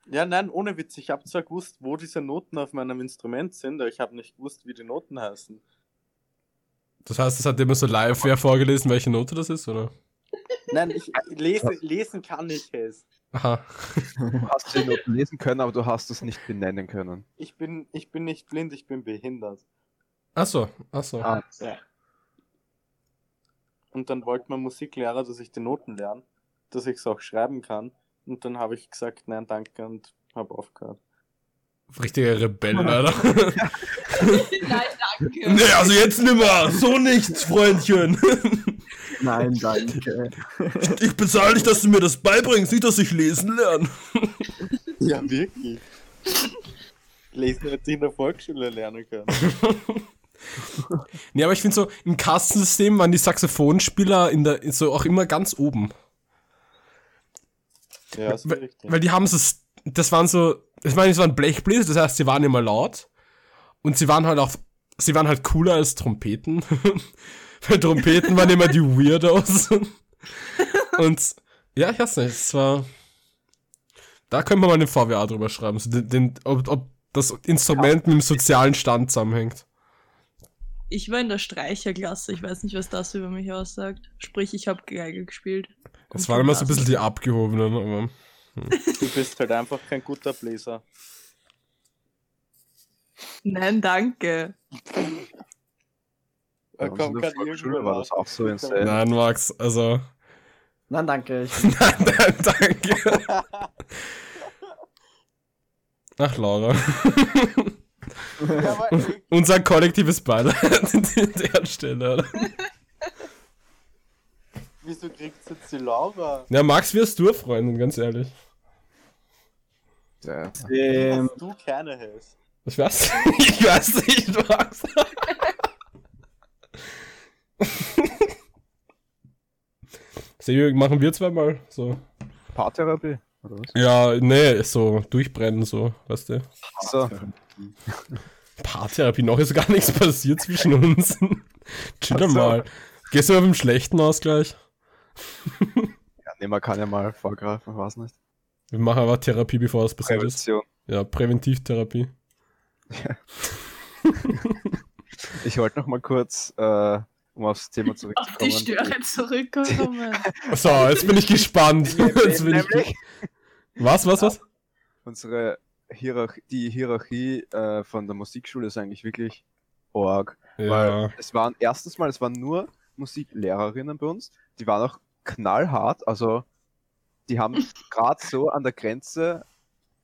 Speaker 5: Ja, nein, ohne Witz. Ich habe zwar gewusst, wo diese Noten auf meinem Instrument sind, aber ich habe nicht gewusst, wie die Noten heißen.
Speaker 1: Das heißt, es hat dir immer so live wer vorgelesen, welche Note das ist, oder?
Speaker 5: Nein, ich lese, lesen kann ich es.
Speaker 1: Aha.
Speaker 3: Du hast die Noten lesen können, aber du hast es nicht benennen können.
Speaker 5: Ich bin, ich bin nicht blind, ich bin behindert.
Speaker 1: Achso, achso.
Speaker 3: Ah.
Speaker 5: Und dann wollte mein Musiklehrer, dass ich die Noten lerne, dass ich es auch schreiben kann. Und dann habe ich gesagt, nein, danke und habe aufgehört.
Speaker 1: Richtiger Rebell, Alter.
Speaker 4: Nein, danke.
Speaker 1: nee, also jetzt nimmer. So nichts, Freundchen.
Speaker 2: Nein, danke.
Speaker 1: Ich bezahle dich, dass du mir das beibringst, nicht, dass ich lesen lerne.
Speaker 5: Ja, wirklich. Lesen hätte ich in der Volksschule lernen können.
Speaker 1: Nee, aber ich finde so, im Kastensystem waren die Saxophonspieler in der, so auch immer ganz oben.
Speaker 5: Ja, ist
Speaker 1: weil,
Speaker 5: richtig.
Speaker 1: weil die haben so, s- das waren so, ich meine, es waren Blechbläser, das heißt, sie waren immer laut und sie waren halt auch, sie waren halt cooler als Trompeten, weil Trompeten waren immer die Weirdos und ja, ich weiß nicht, es war, da können wir mal den VWA drüber schreiben, so den, den, ob, ob das Instrument mit dem sozialen Stand zusammenhängt.
Speaker 4: Ich war in der Streicherklasse, ich weiß nicht, was das über mich aussagt. Sprich, ich habe Geige gespielt.
Speaker 1: Es waren immer so ein bisschen die abgehobenen, aber
Speaker 5: Du bist halt einfach kein guter Bläser.
Speaker 4: Nein, danke.
Speaker 5: Äh,
Speaker 3: Bei uns in der
Speaker 5: grad
Speaker 3: Volksschule
Speaker 5: irgendwer
Speaker 3: war
Speaker 5: nach.
Speaker 3: das auch so insane.
Speaker 1: nein, Max, also,
Speaker 2: Nein, danke. Ich
Speaker 1: nein, nein, danke. Ach, Laura.
Speaker 5: Ja, aber ich-
Speaker 1: Unser kollektives Beileid an der Stelle. oder?
Speaker 5: wieso kriegt jetzt die Laura?
Speaker 1: Ja, Max, wirst du eine Freundin, ganz ehrlich.
Speaker 3: Ja.
Speaker 2: ähm,
Speaker 5: Dass du keine hast.
Speaker 1: Ich weiß, ich weiß nicht, Max. Seriös, machen wir zweimal so.
Speaker 3: Paartherapie? Oder was?
Speaker 1: Ja, nee, so durchbrennen, so, weißt du.
Speaker 3: So,
Speaker 1: Paartherapie, noch ist gar nichts passiert zwischen uns. Chill
Speaker 3: Ach so.
Speaker 1: mal. Gehst du mal mit dem schlechten Ausgleich?
Speaker 3: ja, nee, man kann ja mal vorgreifen, weiß nicht.
Speaker 1: Wir machen aber Therapie, bevor das passiert ist.
Speaker 3: Prävention.
Speaker 1: Ja, Präventivtherapie.
Speaker 3: Ich wollte noch mal kurz, äh, um aufs Thema
Speaker 4: Auf die
Speaker 3: zurückzukommen.
Speaker 4: Störe zurückkommen.
Speaker 1: So, jetzt bin ich gespannt. Jetzt bin ich ge was, was, was?
Speaker 3: Unsere Hierarchie, die Hierarchie äh, von der Musikschule ist eigentlich wirklich org. Weil es waren, erstes Mal, es waren nur Musiklehrerinnen bei uns. Die waren auch knallhart. Also, die haben gerade so an der Grenze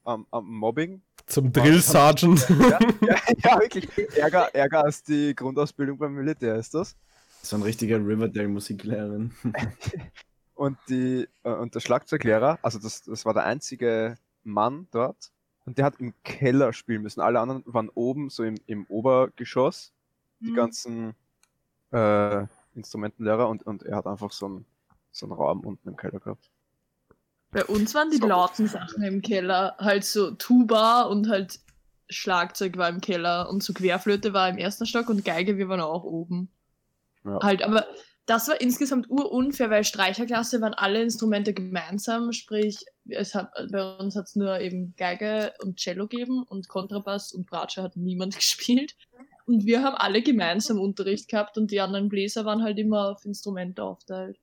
Speaker 3: am, am Mobbing.
Speaker 1: Zum Drill Sergeant.
Speaker 3: Ja, ja, ja wirklich. Ärger, Ärger als die Grundausbildung beim Militär ist das.
Speaker 2: So ein richtiger Riverdale-Musiklehrerin.
Speaker 3: Und, die, äh, und der Schlagzeuglehrer, also das, das war der einzige Mann dort. Und der hat im Keller spielen müssen. Alle anderen waren oben, so im, im Obergeschoss. Die
Speaker 4: Hm.
Speaker 3: ganzen äh, Instrumentenlehrer und, und er hat einfach so einen, so einen Raum unten im Keller gehabt.
Speaker 4: Bei uns waren die
Speaker 3: So.
Speaker 4: lauten Sachen im Keller. Halt so Tuba und halt Schlagzeug war im Keller und so Querflöte war im ersten Stock und Geige, wir waren auch oben.
Speaker 3: Ja.
Speaker 4: Halt, aber das war insgesamt urunfair, weil Streicherklasse waren alle Instrumente gemeinsam, sprich, es hat, bei uns hat es nur eben Geige und Cello gegeben und Kontrabass und Bratsche hat niemand gespielt. Und wir haben alle gemeinsam Unterricht gehabt und die anderen Bläser waren halt immer auf Instrumente aufgeteilt.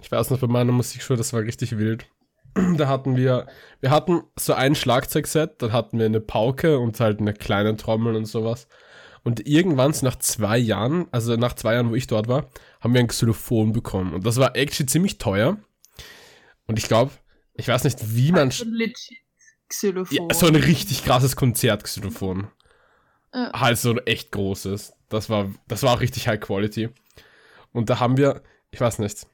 Speaker 1: Ich weiß noch, bei meiner Musikschule, das war richtig wild. Da hatten wir, wir hatten so ein Schlagzeugset, dann hatten wir eine Pauke und halt eine kleine Trommel und sowas. Und irgendwann, so nach zwei Jahren, also nach zwei Jahren, wo ich dort war, haben wir ein Xylophon bekommen. Und das war actually ziemlich teuer. Und ich glaube, ich weiß nicht, wie man.
Speaker 4: so ein Also legit Xylophon.
Speaker 1: Ja, so ein richtig krasses Konzertxylophon.
Speaker 4: Ja.
Speaker 1: Halt so ein echt großes. Das war, das war auch richtig High Quality. Und da haben wir, ich weiß nicht,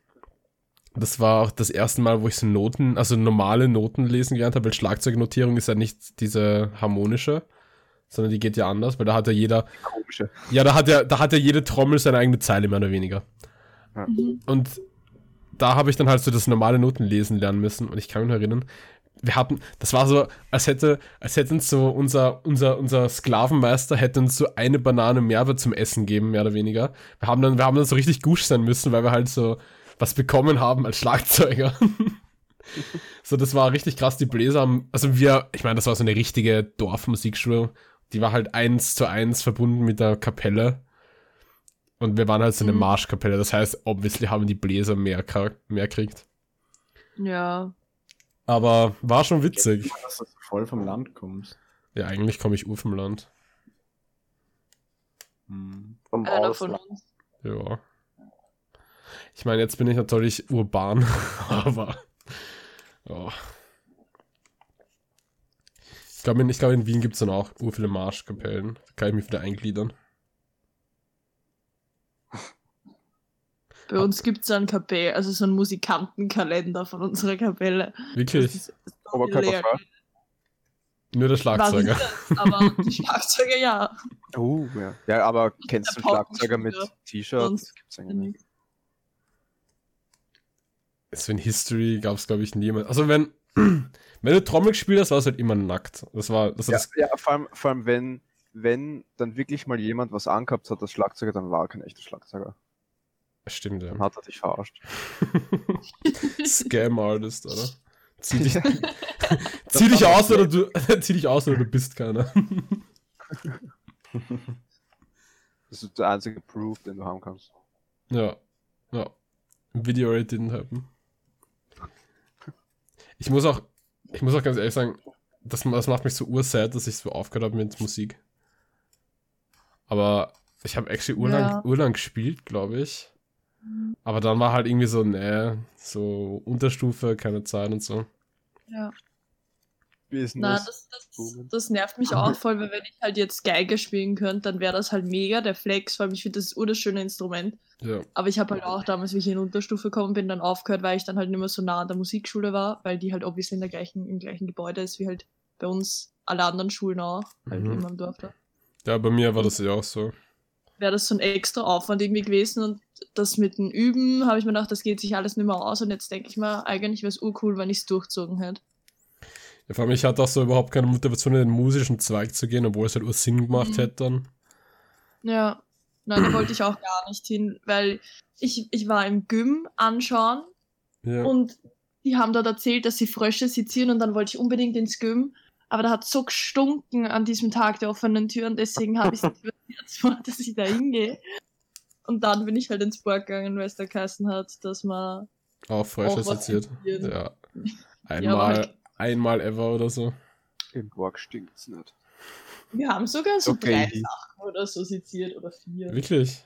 Speaker 1: das war auch das erste Mal, wo ich so Noten, also normale Noten lesen gelernt habe, weil Schlagzeugnotierung ist ja nicht diese harmonische, sondern die geht ja anders, weil da hat ja jeder,
Speaker 3: Komische.
Speaker 1: ja, da hat ja, da hat ja jede Trommel seine eigene Zeile, mehr oder weniger.
Speaker 4: Mhm.
Speaker 1: Und da habe ich dann halt so das normale Notenlesen lernen müssen. Und ich kann mich noch erinnern, wir hatten, das war so, als hätte, als hätte uns so unser, unser, unser Sklavenmeister hätte uns so eine Banane Mehrwert zum Essen geben, mehr oder weniger. Wir haben dann, wir haben dann so richtig gusch sein müssen, weil wir halt so was bekommen haben als Schlagzeuger. so, das war richtig krass. Die Bläser haben, also wir, ich meine, das war so eine richtige Dorfmusikschule. Die war halt eins zu eins verbunden mit der Kapelle. Und wir waren halt so eine
Speaker 4: Mhm.
Speaker 1: Marschkapelle. Das heißt, obviously haben die Bläser mehr, ka- mehr kriegt.
Speaker 4: Ja.
Speaker 1: Aber war schon witzig.
Speaker 2: Dass du voll vom Land kommst.
Speaker 1: Ja, eigentlich komme ich ur vom Land.
Speaker 2: Hm.
Speaker 5: Vom
Speaker 4: Einer von uns.
Speaker 1: Ja. Ich meine, jetzt bin ich natürlich urban, aber. Ja. Ich glaube, in, ich glaub, in Wien gibt es dann auch ur viele Marschkapellen. Da kann ich mich wieder eingliedern.
Speaker 4: Bei uns gibt es einen Kapell, also so einen Musikantenkalender von unserer Kapelle. Das
Speaker 1: Wirklich.
Speaker 4: ist
Speaker 3: Oberkörperfrei.
Speaker 1: Nur der
Speaker 4: Was ist
Speaker 1: Schlagzeuger.
Speaker 4: das? Aber die Schlagzeuger, ja.
Speaker 3: Oh, ja. Ja, aber kennst du
Speaker 4: Der
Speaker 3: einen Schlagzeuger mit
Speaker 4: Paukenspieler.
Speaker 3: T-Shirt?
Speaker 4: Sonst-
Speaker 3: Das gibt's eigentlich nicht.
Speaker 1: Also in History gab es, glaube ich, niemand. Also, wenn. Wenn du Trommel gespielt hast, warst du halt immer nackt. Das war. Das,
Speaker 3: Ja,
Speaker 1: das,
Speaker 3: ja vor, allem, vor allem, wenn, wenn dann wirklich mal jemand was angehabt hat, das Schlagzeuger, dann war er kein echter Schlagzeuger.
Speaker 1: stimmt, ja.
Speaker 3: Dann hat er dich verarscht.
Speaker 1: Scam Artist, oder? Zieh dich, zieh dich aus oder du zieh dich aus oder du bist keiner.
Speaker 3: Das ist der einzige Proof, den du haben kannst.
Speaker 1: Ja. Ja. Video already didn't happen. Ich muss auch ich muss auch ganz ehrlich sagen, das, das macht mich so ursad, dass ich so aufgehört habe mit Musik. Aber ich habe actually urlang,
Speaker 4: Ja.
Speaker 1: urlang gespielt, glaube ich. Aber dann war halt irgendwie so, nee, so Unterstufe, keine Zeit und so.
Speaker 4: Nein,
Speaker 3: Business.
Speaker 4: das, das, das nervt mich auch voll, weil wenn ich halt jetzt Geige spielen könnte, dann wäre das halt mega der Flex, weil ich finde, das ist ur das schöne Instrument.
Speaker 1: Ja.
Speaker 4: Aber ich habe halt auch damals, wie ich in Unterstufe gekommen bin, dann aufgehört, weil ich dann halt nicht mehr so nah an der Musikschule war, weil die halt obviously in der gleichen, im gleichen Gebäude ist wie halt bei uns alle anderen Schulen auch, halt
Speaker 1: Mhm.
Speaker 4: in meinem Dorf da.
Speaker 1: Ja, bei mir war das ja auch so.
Speaker 4: Wäre das so ein extra Aufwand irgendwie gewesen und das mit dem Üben habe ich mir gedacht, das geht sich alles nicht mehr aus und jetzt denke ich mir, eigentlich wäre es urcool, wenn ich es durchzogen hätte.
Speaker 1: Ja, vor allem, ich hatte auch so überhaupt keine Motivation, in den musischen Zweig zu gehen, obwohl es halt ur Sinn gemacht
Speaker 4: Mhm.
Speaker 1: hätte dann.
Speaker 4: Ja, nein, da wollte ich auch gar nicht hin, weil ich, ich war im Gym anschauen
Speaker 1: Ja.
Speaker 4: Und die haben dort erzählt, dass sie Frösche sezieren und dann wollte ich unbedingt ins Gym. Aber da hat so gestunken an diesem Tag der offenen Tür und deswegen habe ich es nicht überzeugt, dass ich da hingehe. Und dann bin ich halt ins Sport gegangen, weil es da geheißen hat, dass man.
Speaker 1: auch frisch
Speaker 4: auch was
Speaker 1: assoziiert. Ja.
Speaker 4: passieren. Ja, aber
Speaker 1: Einmal,
Speaker 4: halt,
Speaker 1: einmal ever oder so.
Speaker 3: Im Borg stinkt's nicht.
Speaker 4: wir haben sogar so drei
Speaker 3: Okay.
Speaker 4: Sachen oder so seziert oder vier.
Speaker 1: Wirklich.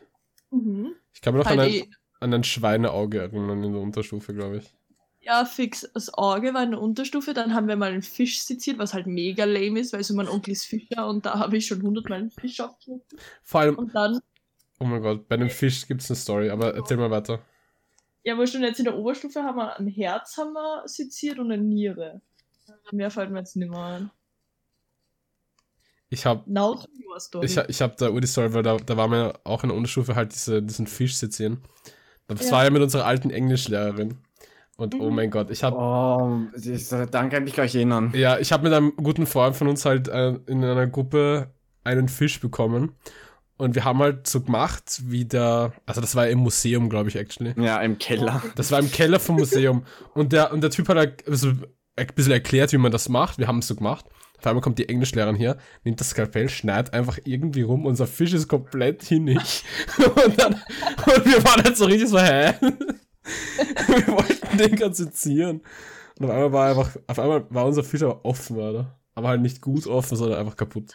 Speaker 4: Mhm.
Speaker 1: Ich kann mir noch
Speaker 4: Halt
Speaker 1: an ein,
Speaker 4: eh
Speaker 1: an ein Schweineauge erinnern in der Unterstufe, glaube ich.
Speaker 4: Ja, fix. Das Auge war in der Unterstufe. Dann haben wir mal einen Fisch seziert, was halt mega lame ist, weil so mein Onkel ist Fischer und da habe ich schon hundertmal einen Fisch aufgeschnitten.
Speaker 1: Vor allem,
Speaker 4: Und dann,
Speaker 1: oh mein Gott, bei dem Fisch gibt es eine Story, aber erzähl mal weiter.
Speaker 4: ja, wohl schon jetzt in der Oberstufe haben wir ein Herz haben wir seziert und eine Niere. Mehr fällt mir jetzt nicht mehr ein.
Speaker 1: Ich habe
Speaker 4: Now to your story.
Speaker 1: ich, ha- ich hab da Udi Story, weil da, da war mir auch in der Unterstufe halt diese, diesen Fisch sezieren. Das
Speaker 4: Ja.
Speaker 1: war ja mit unserer alten Englischlehrerin. Und oh
Speaker 4: Mhm.
Speaker 1: mein Gott, ich habe
Speaker 2: Oh, ich, dann kann ich mich gleich erinnern.
Speaker 1: Ja, ich habe mit einem guten Freund von uns halt äh, in einer Gruppe einen Fisch bekommen. Und wir haben halt so gemacht, wie der. Also, das war im Museum, glaube ich, actually.
Speaker 2: Ja, im Keller.
Speaker 1: Das war im Keller vom Museum. Und der, und der Typ hat halt so ein bisschen erklärt, wie man das macht. Wir haben es so gemacht. Auf einmal kommt die Englischlehrerin her, nimmt das Skalpell, schneidet einfach irgendwie rum. Unser Fisch ist komplett hinnig. Und, dann, und wir waren halt so richtig so, hä? Wir wollten den ganz sezieren. Und auf einmal war einfach, auf einmal war unser Fisch aber offen, Alter. Aber halt nicht gut offen, sondern einfach kaputt.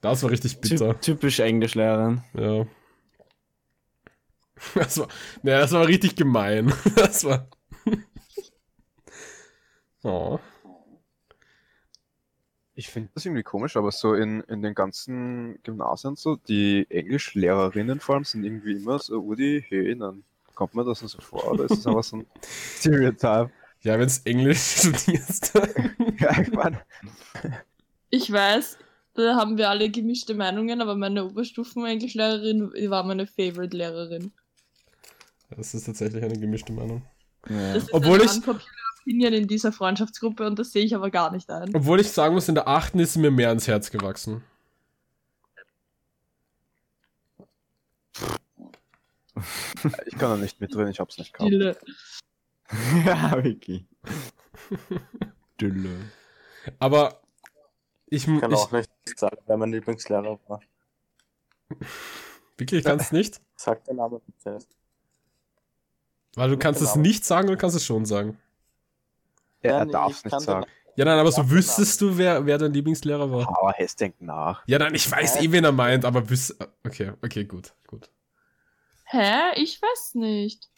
Speaker 1: Das war richtig bitter.
Speaker 2: Typ, typisch Englischlehrerin.
Speaker 1: Ja. Das war, naja, das war richtig gemein. Das war. Oh.
Speaker 3: Ich finde das irgendwie komisch, aber so in, in den ganzen Gymnasien so, die Englischlehrerinnen vor allem sind irgendwie immer so oh, Udi Höhnen. Kommt mir das nur so vor oder ist das einfach so ein Stereotype?
Speaker 1: Ja, wenn du Englisch studierst.
Speaker 3: Ja, ich meine,
Speaker 4: Ich weiß, da haben wir alle gemischte Meinungen, aber meine Oberstufen-Englischlehrerin war meine Favorite-Lehrerin.
Speaker 1: Das ist tatsächlich eine gemischte Meinung.
Speaker 4: Das ist
Speaker 1: Obwohl
Speaker 4: eine
Speaker 1: ich-
Speaker 4: unpopular Opinion in dieser Freundschaftsgruppe und das sehe ich aber gar nicht ein.
Speaker 1: Obwohl ich sagen muss, in der achten ist sie mir mehr ans Herz gewachsen.
Speaker 3: ich kann da nicht mitreden, ich hab's nicht gehabt.
Speaker 4: Stille.
Speaker 2: ja, Vicky.
Speaker 1: Dülle. Aber ich,
Speaker 5: Ich kann
Speaker 1: ich
Speaker 5: auch nicht sagen, wer mein Lieblingslehrer war.
Speaker 1: wirklich kannst nicht.
Speaker 5: Sagt der Name nicht selbst.
Speaker 1: Weil du kannst es nicht sagen oder kannst es schon sagen.
Speaker 3: Ja, er
Speaker 5: Nein,
Speaker 3: darf's
Speaker 5: ich
Speaker 3: nicht
Speaker 5: kann den
Speaker 3: sagen.
Speaker 1: Ja, nein, aber so wüsstest du, wer, wer dein Lieblingslehrer war.
Speaker 3: Aber Hess denkt nach.
Speaker 1: Ja, nein, ich weiß eh, wen er meint, aber wüs. Okay, okay, gut, gut.
Speaker 4: Hä? Ich weiß nicht.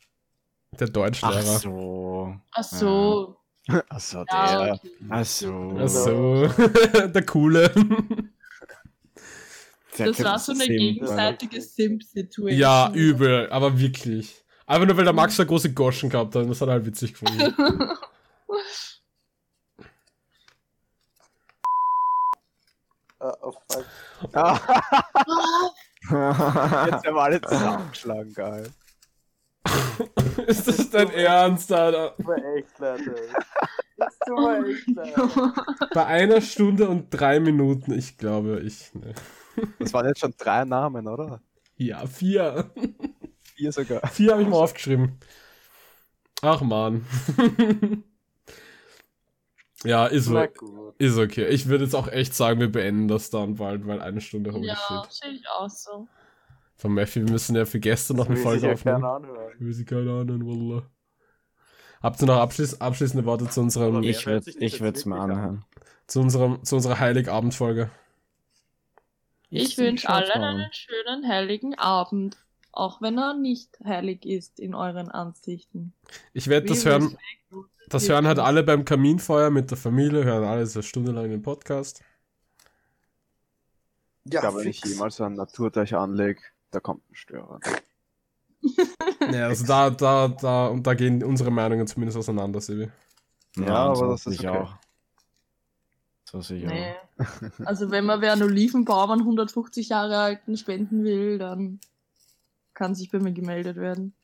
Speaker 1: Der Deutschlehrer.
Speaker 2: so.
Speaker 4: Ach so.
Speaker 3: Ach so,
Speaker 4: Ja,
Speaker 3: der.
Speaker 4: okay.
Speaker 2: Ach so.
Speaker 1: Ach so, der coole.
Speaker 4: Das war so eine gegenseitige Simp-Situation.
Speaker 1: ja, übel, aber wirklich. Aber nur weil der Max da große Goschen gehabt hat, das hat er halt witzig gefunden.
Speaker 5: Äh, oh, fuck.
Speaker 3: Jetzt haben wir alle zusammengeschlagen, geil.
Speaker 1: Ist das dein Ernst, Alter?
Speaker 5: Tut mir echt leid, ey. Es tut mir echt leid.
Speaker 1: Bei einer Stunde und drei Minuten, ich glaube, ich. Ne.
Speaker 3: Das waren jetzt schon drei Namen, oder?
Speaker 1: Ja, vier.
Speaker 3: Vier sogar.
Speaker 1: Vier habe ich mal aufgeschrieben. Ach man. ja, ist,
Speaker 5: Na
Speaker 1: o-
Speaker 5: gut.
Speaker 1: ist okay. Ich würde jetzt auch echt sagen, wir beenden das dann bald, weil eine Stunde holy
Speaker 4: ja,
Speaker 1: shit.
Speaker 4: sehe ich auch so.
Speaker 1: Von Matthew, wir müssen ja für gestern noch
Speaker 5: Das
Speaker 1: eine
Speaker 5: will sich
Speaker 1: Folge
Speaker 5: ja
Speaker 1: aufnehmen.
Speaker 5: keiner anhören.
Speaker 1: Ich will sie keine Ahnung, Wallah. Habt ihr noch abschließ abschließende Worte zu, unserem,
Speaker 5: Aber
Speaker 2: Ich
Speaker 5: Wer
Speaker 2: würde
Speaker 5: hört sich das
Speaker 2: ich
Speaker 5: jetzt
Speaker 2: würd's mal
Speaker 5: wirklich an?
Speaker 2: anhören.
Speaker 1: zu, unserem, zu unserer Heiligabendfolge?
Speaker 4: Ich wünsche
Speaker 2: Schaut's
Speaker 4: allen
Speaker 2: mal an.
Speaker 1: um.
Speaker 4: einen schönen heiligen Abend. Auch wenn er nicht heilig ist in euren Ansichten.
Speaker 1: Ich werde das
Speaker 4: We
Speaker 1: hören.
Speaker 4: respect
Speaker 1: Das
Speaker 4: you.
Speaker 1: hören halt alle beim Kaminfeuer mit der Familie, hören alle so stundenlang den Podcast.
Speaker 3: Ich glaube, wenn ich jemals einen Naturteich anlege, da kommt ein Störer.
Speaker 1: Ja, also da, da, da, und da gehen unsere Meinungen zumindest auseinander, Sebi.
Speaker 3: Ja,
Speaker 2: Ja,
Speaker 3: aber
Speaker 2: so
Speaker 3: das ist
Speaker 2: sicher
Speaker 3: okay.
Speaker 2: auch. So sicher
Speaker 4: Nee.
Speaker 2: auch.
Speaker 4: Also wenn man wer einen Olivenbaum an 150 Jahre alten spenden will, dann kann sich bei mir gemeldet werden.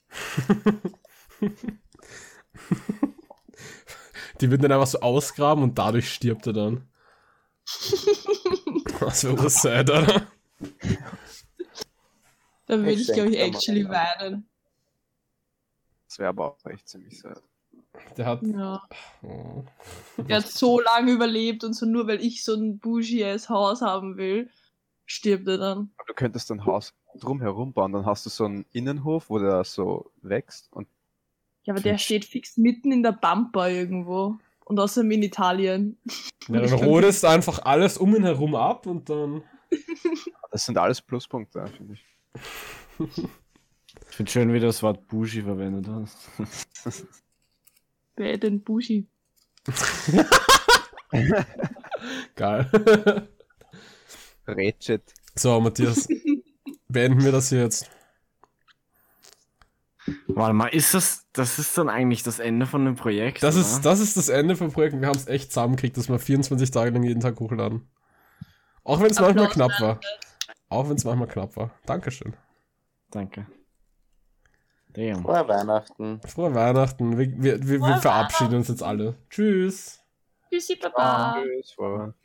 Speaker 1: Die würden dann einfach so ausgraben und dadurch stirbt er dann. Was wäre das sad, oder?
Speaker 4: Dann würde
Speaker 5: Ich
Speaker 4: ich, glaube ich,
Speaker 5: denke, da macht
Speaker 4: actually
Speaker 5: man-
Speaker 4: weinen.
Speaker 3: Das wäre aber auch echt ziemlich sad.
Speaker 1: Der hat.
Speaker 4: Ja.
Speaker 1: Oh.
Speaker 4: Er hat so lange überlebt und so nur weil ich so ein bougie-ass Haus haben will, stirbt er dann.
Speaker 3: Aber Du könntest ein Haus drumherum bauen, dann hast du so einen Innenhof, wo der so wächst und
Speaker 4: Ja, aber der steht fix mitten in der Pampa irgendwo. Und außerdem in Italien.
Speaker 1: Ja, dann rodest du einfach alles um ihn herum ab und dann.
Speaker 3: das sind alles Pluspunkte, finde ich.
Speaker 2: Ich finde schön, wie du das Wort Bushi verwendet hast.
Speaker 4: Wer denn Bushi?
Speaker 1: Geil.
Speaker 3: Ratchet.
Speaker 1: So, Matthias, beenden wir das hier jetzt.
Speaker 2: Warte mal, ist das, das ist dann eigentlich das Ende von dem Projekt?
Speaker 1: Das
Speaker 2: oder?
Speaker 1: ist, das ist das Ende vom Projekt und wir haben es echt zusammengekriegt, dass wir 24 Tage lang jeden Tag hochladen. Auch wenn es manchmal
Speaker 4: Applaus,
Speaker 1: knapp war. Auch wenn es manchmal knapp war. Dankeschön.
Speaker 2: Danke. Damn.
Speaker 5: Frohe Weihnachten.
Speaker 1: Frohe Weihnachten. Wir, wir, wir, wir
Speaker 4: Frohe
Speaker 1: verabschieden uns jetzt alle. Tschüss.
Speaker 3: Ah.
Speaker 4: Tschüssi, Papa.
Speaker 3: Tschüss, Baba.